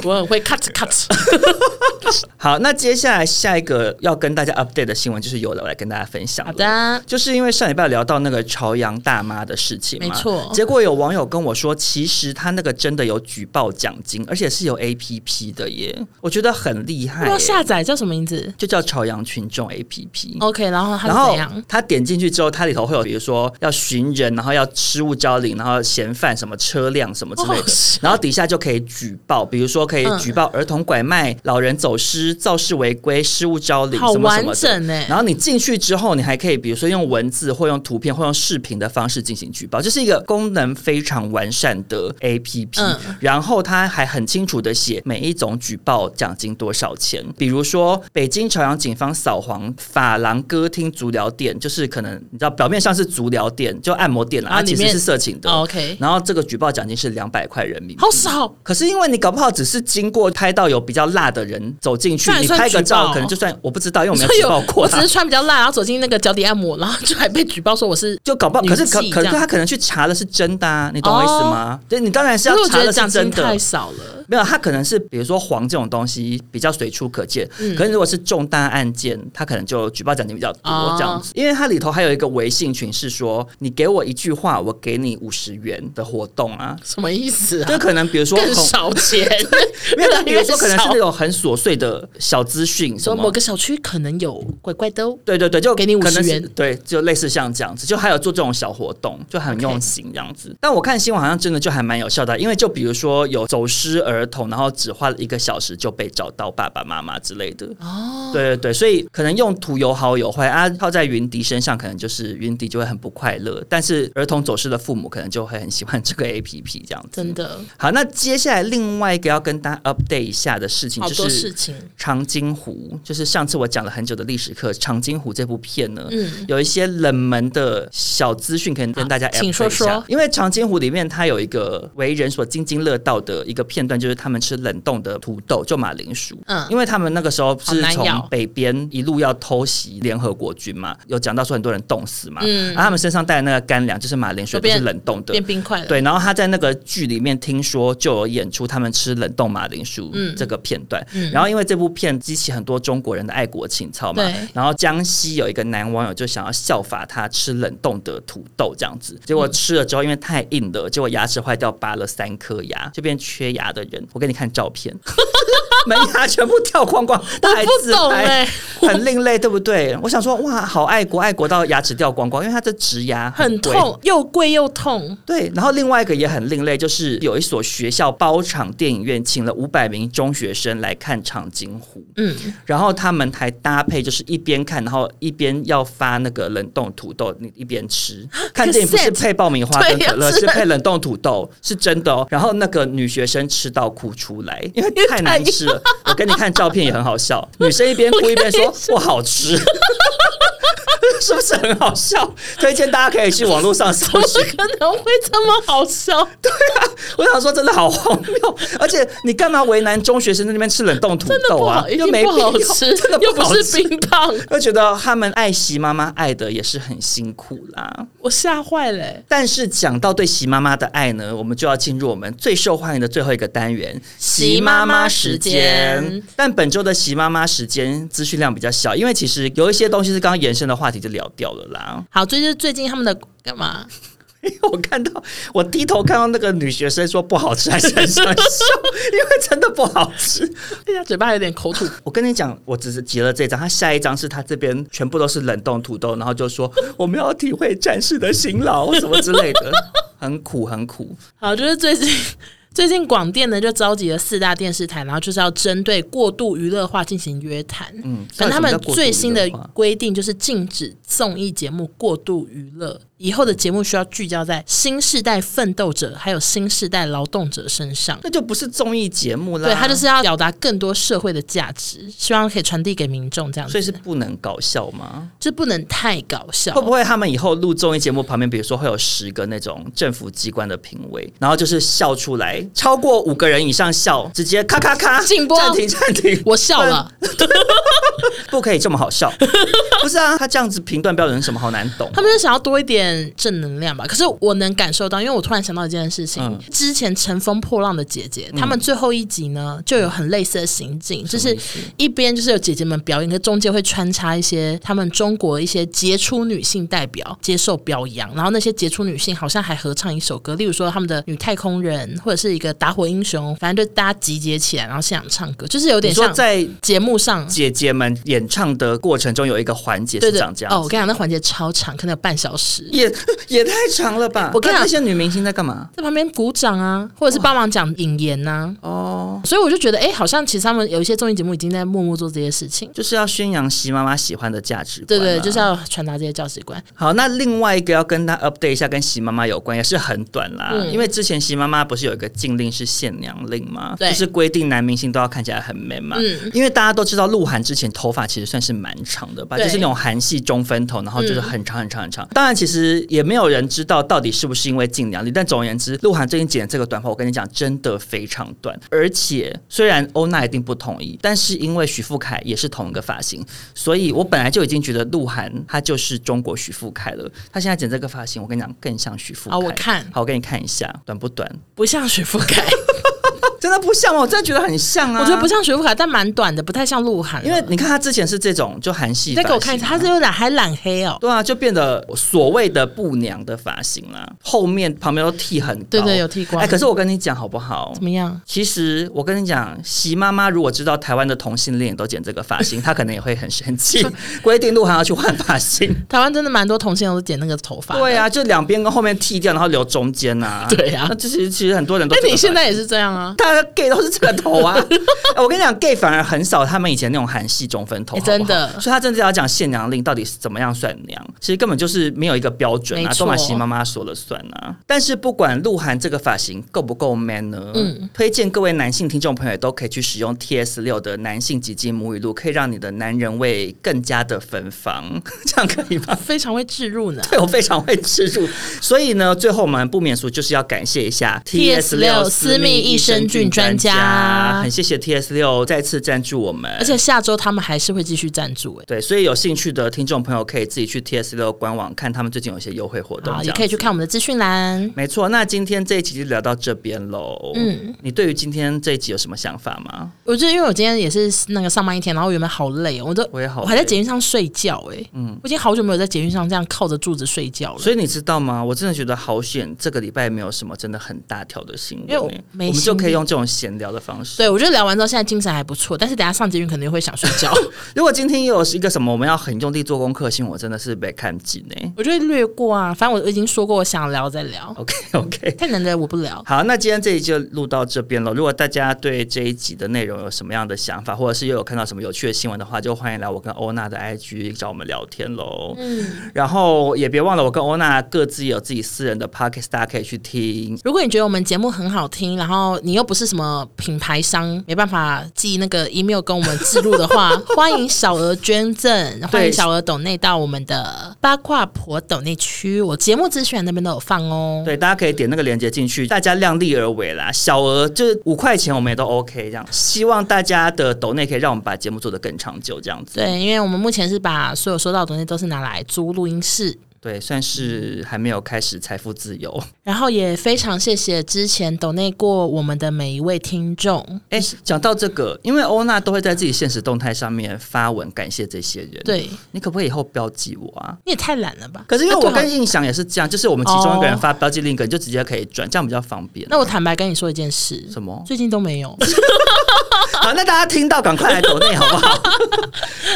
[SPEAKER 4] 我很会 cut cut。
[SPEAKER 3] 好，那接下来下一个要跟大家 update 的新闻就是有了，我来跟大家分享。
[SPEAKER 4] 好，的，
[SPEAKER 3] 就是因为上礼拜聊到那个朝阳大妈的事情嘛，
[SPEAKER 4] 没错
[SPEAKER 3] 结果有网友跟我说，其实他那个真的有举报奖金，而且是有 A P P 的耶，我觉得很厉害耶。
[SPEAKER 4] 要下载叫什么名字
[SPEAKER 3] 就叫朝阳群众 A P P。
[SPEAKER 4] ？OK，然后它
[SPEAKER 3] 嗯然
[SPEAKER 4] 是怎
[SPEAKER 3] 后
[SPEAKER 4] 样？
[SPEAKER 3] 他点进去之后，它里头会有比如说要寻人，然后要失物招领，然后嫌犯什么车辆什么之类
[SPEAKER 4] 哦
[SPEAKER 3] 的
[SPEAKER 4] 是，
[SPEAKER 3] 然后底下就可以举报，比如说可以
[SPEAKER 4] 嗯
[SPEAKER 3] 举报儿童拐卖、老人走失、肇事违规、失物招领
[SPEAKER 4] 好
[SPEAKER 3] 什么什
[SPEAKER 4] 完
[SPEAKER 3] 么的。
[SPEAKER 4] 整欸呢、
[SPEAKER 3] 然后你进去之后，你还可以比如说用文字或用图片或用视频的方式进行举报，这是一个功能非常完善的 APP、
[SPEAKER 4] 嗯
[SPEAKER 3] 然后它还很清楚的写每一种举报奖金多少钱，比如说北京朝阳警方扫黄法郎歌厅足疗店，就是可能你知道表面上是足疗店，就按摩店啦，
[SPEAKER 4] 啊
[SPEAKER 3] 它其
[SPEAKER 4] 里
[SPEAKER 3] 实
[SPEAKER 4] 面
[SPEAKER 3] 是色情的。
[SPEAKER 4] 哦 OK，
[SPEAKER 3] 然后这个举报奖金是两百块人民币，
[SPEAKER 4] 好少，
[SPEAKER 3] 可是因为你搞不好只是经过拍到有比较辣的人走进去，
[SPEAKER 4] 算
[SPEAKER 3] 你
[SPEAKER 4] 算
[SPEAKER 3] 拍个
[SPEAKER 4] 举报哦
[SPEAKER 3] 照可能就算我不知道，因为我没有
[SPEAKER 4] 所以
[SPEAKER 3] 举报过啊
[SPEAKER 4] 我
[SPEAKER 3] 啦。
[SPEAKER 4] 只是穿比较辣，然后走进那个脚底按摩，然后就还被举报说我 是。
[SPEAKER 3] 就搞不好，
[SPEAKER 4] 女
[SPEAKER 3] 可是可
[SPEAKER 4] 妓
[SPEAKER 3] 可
[SPEAKER 4] 这
[SPEAKER 3] 是
[SPEAKER 4] 样哦
[SPEAKER 3] 他可能去查的是真的啊，你懂我意思吗？对，你当然是要
[SPEAKER 4] 可是我觉
[SPEAKER 3] 查
[SPEAKER 4] 得
[SPEAKER 3] 的
[SPEAKER 4] 奖
[SPEAKER 3] 是
[SPEAKER 4] 金
[SPEAKER 3] 真
[SPEAKER 4] 太
[SPEAKER 3] 的。
[SPEAKER 4] 少 了，
[SPEAKER 3] 没有，他可能是比如说黄这种东西比较随处可见，
[SPEAKER 4] 嗯
[SPEAKER 3] 可是如果是重大案件，他可能就举报奖金比较多
[SPEAKER 4] 哦
[SPEAKER 3] 这样子，因为它里头还有一个微信群是说你给我一句话，我给你五十元的活动啊，
[SPEAKER 4] 什么意思啊？
[SPEAKER 3] 就可能比如 说
[SPEAKER 4] 更
[SPEAKER 3] 红
[SPEAKER 4] 少钱，
[SPEAKER 3] 没有，比如说
[SPEAKER 4] 越
[SPEAKER 3] 可能是
[SPEAKER 4] 少
[SPEAKER 3] 那种很琐碎的小资讯什
[SPEAKER 4] 说
[SPEAKER 3] 么
[SPEAKER 4] 某个小区可能有怪怪的、哦。
[SPEAKER 3] 对对对，就
[SPEAKER 4] 给你
[SPEAKER 3] 可能
[SPEAKER 4] 50
[SPEAKER 3] 是
[SPEAKER 4] 元
[SPEAKER 3] 对，就类似像这样子，就还有做这种小活动，就很用心这样子。但我看新闻好像真的就还蛮有效的，因为就比如说有走失儿童，然后只花了一个小时就被找到爸爸妈妈之类的。哦，对对对，所以可能用途有好有坏啊，套在云迪身上，可能就是云迪就会很不快乐，但是儿童走失的父母可能就会很喜欢这个 A P P 这样子。
[SPEAKER 4] 真的
[SPEAKER 3] 好，那接下来另外一个要跟大家 update 一下的事情，
[SPEAKER 4] 好
[SPEAKER 3] 就
[SPEAKER 4] 多
[SPEAKER 3] 是
[SPEAKER 4] 事情，
[SPEAKER 3] 长津湖，就是上次我讲了很久的历史课，《长津湖》这部片呢，
[SPEAKER 4] 嗯，啊
[SPEAKER 3] 有一些冷门的小资讯可以跟大家 update
[SPEAKER 4] 请说
[SPEAKER 3] 一下
[SPEAKER 4] 说
[SPEAKER 3] 因为《长津湖》里面它有一个为人所津津乐道的一个片段，就是他们吃冷冻的土豆，就马铃薯。
[SPEAKER 4] 嗯
[SPEAKER 3] 因为他们那个时候
[SPEAKER 4] 好
[SPEAKER 3] 是
[SPEAKER 4] 难咬
[SPEAKER 3] 从北边一路要偷袭联合国军嘛，有讲到说很多人冻死嘛，
[SPEAKER 4] 嗯
[SPEAKER 3] 然后他们身上带的那个干粮就是马铃薯，
[SPEAKER 4] 就
[SPEAKER 3] 不是
[SPEAKER 4] 变
[SPEAKER 3] 冷冻的，
[SPEAKER 4] 变冰块了，
[SPEAKER 3] 对，然后他在那个剧里面听说就有演出他们吃冷冻马铃薯
[SPEAKER 4] 嗯
[SPEAKER 3] 这个片段，
[SPEAKER 4] 嗯
[SPEAKER 3] 然后因为这部片激起很多中国人的爱国情操嘛
[SPEAKER 4] 对，
[SPEAKER 3] 然后江西有一个男网友就想要效法他吃冷冻的土豆这样子，结果吃了之后因为太硬了，结果牙齿坏掉，拔了三颗牙，就变缺牙的人。我给你看照 片，门牙全部掉光光，他还
[SPEAKER 4] 不
[SPEAKER 3] 自
[SPEAKER 4] 懂
[SPEAKER 3] 拍。
[SPEAKER 4] 哎、
[SPEAKER 3] 很另类，对不对？我想说，哇，好爱国，爱国到牙齿掉光光，因为他这植牙
[SPEAKER 4] 很
[SPEAKER 3] 贵
[SPEAKER 4] 痛，又贵又痛，
[SPEAKER 3] 对，然后另外一个也很另类，就是有一所学校包场电影院，请了五百名中学生来看《长津湖》，
[SPEAKER 4] 嗯，
[SPEAKER 3] 然后他们还搭配，就是一边看，然后一边要发那个冷冻土豆，你一边 吃。看电影不是
[SPEAKER 4] Cassette
[SPEAKER 3] 配爆米花跟
[SPEAKER 4] 对
[SPEAKER 3] 可乐，
[SPEAKER 4] 要吃
[SPEAKER 3] 是配冷冻土豆，是真的哦。然后那个女学生吃到哭出来，因为太难吃了。我给你看照片也很好笑，女生一边哭一边 说不好吃。是不是很好笑？推荐大家可以去网络上搜寻。
[SPEAKER 4] 可能会这么好 笑，
[SPEAKER 3] 我想说，真的好荒谬！而且你干嘛为难中学生在那边吃冷冻土
[SPEAKER 4] 真的
[SPEAKER 3] 豆
[SPEAKER 4] 不
[SPEAKER 3] 啊
[SPEAKER 4] 好，？
[SPEAKER 3] 又
[SPEAKER 4] 一
[SPEAKER 3] 没
[SPEAKER 4] 定
[SPEAKER 3] 必
[SPEAKER 4] 不
[SPEAKER 3] 要
[SPEAKER 4] 好，吃，
[SPEAKER 3] 真的
[SPEAKER 4] 又
[SPEAKER 3] 不好
[SPEAKER 4] 是
[SPEAKER 3] 吃。
[SPEAKER 4] 冰棒，
[SPEAKER 3] 就觉得他们爱习妈妈爱的也是很辛苦啦。
[SPEAKER 4] 我吓坏了欸、
[SPEAKER 3] 但是讲到对习妈妈的爱呢，我们就要进入我们最受欢迎的最后一个单元——
[SPEAKER 4] 习妈妈时间
[SPEAKER 3] 但本周的习妈妈时间资讯量比较小，因为其实有一些东西是刚刚延伸的话题就聊掉了啦。
[SPEAKER 4] 好，最近最近他们的干嘛？
[SPEAKER 3] 因为我看到我低头看到那个女学生说不好吃，还是很想笑，因为真的不好吃。
[SPEAKER 4] 大家嘴巴有点口吐，
[SPEAKER 3] 我跟你讲，我只是截了这张，他下一张是他这边全部都是冷冻土豆，然后就说 我们要体会战士的辛劳什么之类 的，很苦很苦。
[SPEAKER 4] 好，就是最近。最近广电呢就召集了四大电视台，然后就是要针对过度娱乐化进行约谈。嗯，
[SPEAKER 3] 到
[SPEAKER 4] 反正他
[SPEAKER 3] 底什么
[SPEAKER 4] 们
[SPEAKER 3] 叫过度
[SPEAKER 4] 最新
[SPEAKER 3] 娱
[SPEAKER 4] 的
[SPEAKER 3] 乐化
[SPEAKER 4] 规定就是禁止综艺节目过度娱乐，以后的节目需要聚焦在新世代奋斗者还有新世代劳动者身上。
[SPEAKER 3] 那就不是综艺节目啦，
[SPEAKER 4] 对他就是要表达更多社会的价值，希望可以传递给民众这样子。
[SPEAKER 3] 所以是不能搞笑吗？
[SPEAKER 4] 就不能太搞笑，
[SPEAKER 3] 会不会他们以后录综艺节目旁边，比如说会有十个那种政府机关的评委，然后就是笑出来，超过五个人以上笑，直接咔咔咔，
[SPEAKER 4] 禁播
[SPEAKER 3] 暂停暂停，
[SPEAKER 4] 我笑了，
[SPEAKER 3] 不可以这么好笑。 不是啊，他这样子评断标准是什么？好难懂。
[SPEAKER 4] 他们就想要多一点正能量吧。可是我能感受到，因为我突然想到一件事情，
[SPEAKER 3] 嗯
[SPEAKER 4] 之前《乘风破浪的姐姐》他们最后一集呢，就有很类似的行
[SPEAKER 3] 嗯
[SPEAKER 4] 径，就是一边就是有姐姐们表演，可中间会穿插一些他们中国一些杰出女性代表接受表扬，然后那些杰出女性好像还合唱一首歌，例如说他们的女太空人或者是一个打火英雄，反正就大家集结起来，然后现场唱歌，就是有
[SPEAKER 3] 你
[SPEAKER 4] 点
[SPEAKER 3] 说
[SPEAKER 4] 像
[SPEAKER 3] 在
[SPEAKER 4] 节目上
[SPEAKER 3] 姐姐们演唱的过程中有一个环节
[SPEAKER 4] 对
[SPEAKER 3] 是
[SPEAKER 4] 对
[SPEAKER 3] 长这样
[SPEAKER 4] 哦，我
[SPEAKER 3] 子，
[SPEAKER 4] 跟你讲，那环节超长，可能有半小时。
[SPEAKER 3] 也也 太长了吧？
[SPEAKER 4] 我跟你讲
[SPEAKER 3] 那那些女明星在干嘛？
[SPEAKER 4] 在旁边鼓掌啊，或者是帮忙讲引言呐、
[SPEAKER 3] 哦，
[SPEAKER 4] 所以我就觉得，哎、好像其实他们有一些综艺节目已经在默默做这些事情。
[SPEAKER 3] 就是要宣扬习妈妈喜欢的价值
[SPEAKER 4] 对
[SPEAKER 3] 观啦，
[SPEAKER 4] 对，就是要传达这些价值观。
[SPEAKER 3] 好，那另外一个要跟他 update 一下，跟习妈妈有关，也是很短啦。
[SPEAKER 4] 嗯
[SPEAKER 3] 因为之前习妈妈不是有一个禁令是限娘令吗？
[SPEAKER 4] 对
[SPEAKER 3] 就是规定男明星都要看起来很 man 嘛。
[SPEAKER 4] 嗯
[SPEAKER 3] 因为大家都知道，鹿晗之前头发其实算是蛮长的吧，
[SPEAKER 4] 对嗯
[SPEAKER 3] 就是那种韩系中分头，然后就是很长很长很长。当然，其实也没有人知道到底是不是因为禁娘令，但总而言之，鹿晗最近剪的这个短发，我跟你讲，真的非常短。而且虽然欧娜一定不同意，但是因为许富凯也是同一个发型，所以我本来就已经觉得鹿晗他就是中国许富凯了。他现在剪这个发型，我跟你讲，更像许富凯。
[SPEAKER 4] 好啊我看
[SPEAKER 3] 好，我给你看一下，短不短？
[SPEAKER 4] 不像徐富 凯，
[SPEAKER 3] 真的不像吗？我真的觉得很像啊，
[SPEAKER 4] 我觉得不。像徐富凯，但蛮短的，不太像鹿晗了。
[SPEAKER 3] 因为你看他之前是这种就韩
[SPEAKER 4] 你
[SPEAKER 3] 系、发
[SPEAKER 4] 再给我看一下，
[SPEAKER 3] 型啊
[SPEAKER 4] 他是有染还染黑哦。
[SPEAKER 3] 对啊，就变得所谓的不娘的发型啦、后面旁边都剃很高，
[SPEAKER 4] 对对有剃光
[SPEAKER 3] 哎，可是我跟你讲好不好
[SPEAKER 4] 怎？么样？
[SPEAKER 3] 其实我跟你讲，习妈妈如果知道台湾的同性恋也都剪这个发型，她可能也会很生 气，规定鹿晗要去换发型。
[SPEAKER 4] 台湾真的蛮多同性恋都剪那个头发。
[SPEAKER 3] 对，啊，就两边跟后面剃掉，然后留中间呐、
[SPEAKER 4] 对啊
[SPEAKER 3] 那其实其实很多人都
[SPEAKER 4] 哎，
[SPEAKER 3] 这个
[SPEAKER 4] 你
[SPEAKER 3] 发型。
[SPEAKER 4] 现在也是这样啊？
[SPEAKER 3] 大家 gay 都是这个头啊！哎 我跟你讲，gay 反而很少他们以前那种韩系中分头，
[SPEAKER 4] 哎
[SPEAKER 3] 好不好
[SPEAKER 4] 真的
[SPEAKER 3] 所以他真的要讲限娘令到底是怎么样算娘，其实根本就是没有一个标准
[SPEAKER 4] 没
[SPEAKER 3] 啊，
[SPEAKER 4] 错
[SPEAKER 3] 都马西妈妈说了算啊。但是不管鹿晗这个发型够不够 man 呢？
[SPEAKER 4] 嗯
[SPEAKER 3] 推荐各位男性听众朋友也都可以去使用 T S 六的男性极精母语录，可以让你的男人味更加的芬芳， 这样可以吗？
[SPEAKER 4] 非常会置入呢。
[SPEAKER 3] 对我非常会吃住，所以呢，最后我们不免俗就是要感谢一下
[SPEAKER 4] TS 六私密益生菌专家
[SPEAKER 3] 很谢谢 T S 六再次赞助我们，
[SPEAKER 4] 而且下周他们还是会继续赞助、哎
[SPEAKER 3] 对，所以有兴趣的听众朋友可以自己去 T S 六官网看他们最近有一些优惠活
[SPEAKER 4] 哎，
[SPEAKER 3] 动
[SPEAKER 4] 好，，
[SPEAKER 3] 这
[SPEAKER 4] 也
[SPEAKER 3] 样
[SPEAKER 4] 可以去
[SPEAKER 3] 子。
[SPEAKER 4] 看我们的资讯栏。
[SPEAKER 3] 没错，那今天这一集就聊到这边喽。嗯
[SPEAKER 4] 嗯，
[SPEAKER 3] 你对于今天这一集有什么想法吗？
[SPEAKER 4] 我觉得，因为我今天也是那个上班一天，然后我原本好累哦，我都
[SPEAKER 3] 我也好累
[SPEAKER 4] 还在捷运上睡觉哎、嗯，我已经好久没有在捷运上这样靠着柱子睡觉了。
[SPEAKER 3] 所以你知道吗？我真的觉得好险，这个礼拜没有什么真的很大条的新闻、
[SPEAKER 4] 因为我
[SPEAKER 3] 欸我
[SPEAKER 4] 没
[SPEAKER 3] 们就
[SPEAKER 4] 新
[SPEAKER 3] 可
[SPEAKER 4] 闻
[SPEAKER 3] 以用这种闲聊的方式。
[SPEAKER 4] 对，我觉得聊完之后，现在精神还不错，但是等一下上捷运肯定会想睡 觉，
[SPEAKER 3] 如果今天又有一个什么我们要很用力做功课的新闻，我真的是没看紧哎、
[SPEAKER 4] 我就会略过啊。反正我已经说过，我想聊再聊，
[SPEAKER 3] OK OK，
[SPEAKER 4] 太难的我不聊。
[SPEAKER 3] 好，那今天这一集就录到这边了。如果大家对这一集的内容有什么样的想法，或者是又有看到什么有趣的新闻的话，就欢迎来我跟欧娜的 IG 找我们聊天喽。嗯，然后也别忘了我跟欧娜各自也有自己私人的 podcast，大家可以去听。
[SPEAKER 4] 如果你觉得我们节目很好听，然后你又不是什么品牌商，没办法寄那个 email 跟我们记录的 话，欢迎小额捐赠，欢迎小额抖内到我们的八卦婆抖内区，我节目资讯栏那边都有放哦。
[SPEAKER 3] 对，大家可以点那个链接进去，大家量力而为啦，小额就是五块钱，我们也都 OK 这样。希望大家的抖内可以让我们把节目做得更长久，这样子。
[SPEAKER 4] 对，因为我们目前是把所有收到的东西都是拿来租录音室，
[SPEAKER 3] 对，算
[SPEAKER 4] 嗯
[SPEAKER 3] 是还没有开始财富自 由。
[SPEAKER 4] 然后也非常谢谢之前抖内过我们的每一位听众。
[SPEAKER 3] 哎、讲到这个，因为欧娜都会在自己现实动态上面发文感谢这些人。，
[SPEAKER 4] 对，
[SPEAKER 3] 你可不可以以后标记我啊？
[SPEAKER 4] 你也太懒了吧？
[SPEAKER 3] 可是因为
[SPEAKER 4] 啊对
[SPEAKER 3] 我
[SPEAKER 4] 哦
[SPEAKER 3] 跟印象也是这样，就是我们其中一个人发标记另一个，你就直接可以转，这样比较方便。
[SPEAKER 4] 那我坦白跟你说一件事，
[SPEAKER 3] 什么
[SPEAKER 4] 最近都没有。
[SPEAKER 3] 好，那大家听到赶快来抖内好 不好？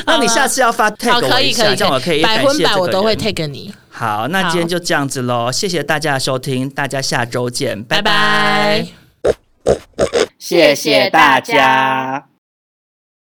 [SPEAKER 3] 那你下次要发 tag
[SPEAKER 4] 好，
[SPEAKER 3] 我
[SPEAKER 4] 可
[SPEAKER 3] 一
[SPEAKER 4] 以
[SPEAKER 3] 下，
[SPEAKER 4] 可以，
[SPEAKER 3] 这样我可以
[SPEAKER 4] 百
[SPEAKER 3] 感
[SPEAKER 4] 分
[SPEAKER 3] 谢
[SPEAKER 4] 百
[SPEAKER 3] 这
[SPEAKER 4] 我
[SPEAKER 3] 个
[SPEAKER 4] 都会
[SPEAKER 3] 人
[SPEAKER 4] take 你，
[SPEAKER 3] 好，那今天
[SPEAKER 4] 好
[SPEAKER 3] 就这样子喽，谢谢大家的收听，大家下周见，拜
[SPEAKER 4] 拜拜
[SPEAKER 3] 谢谢大家。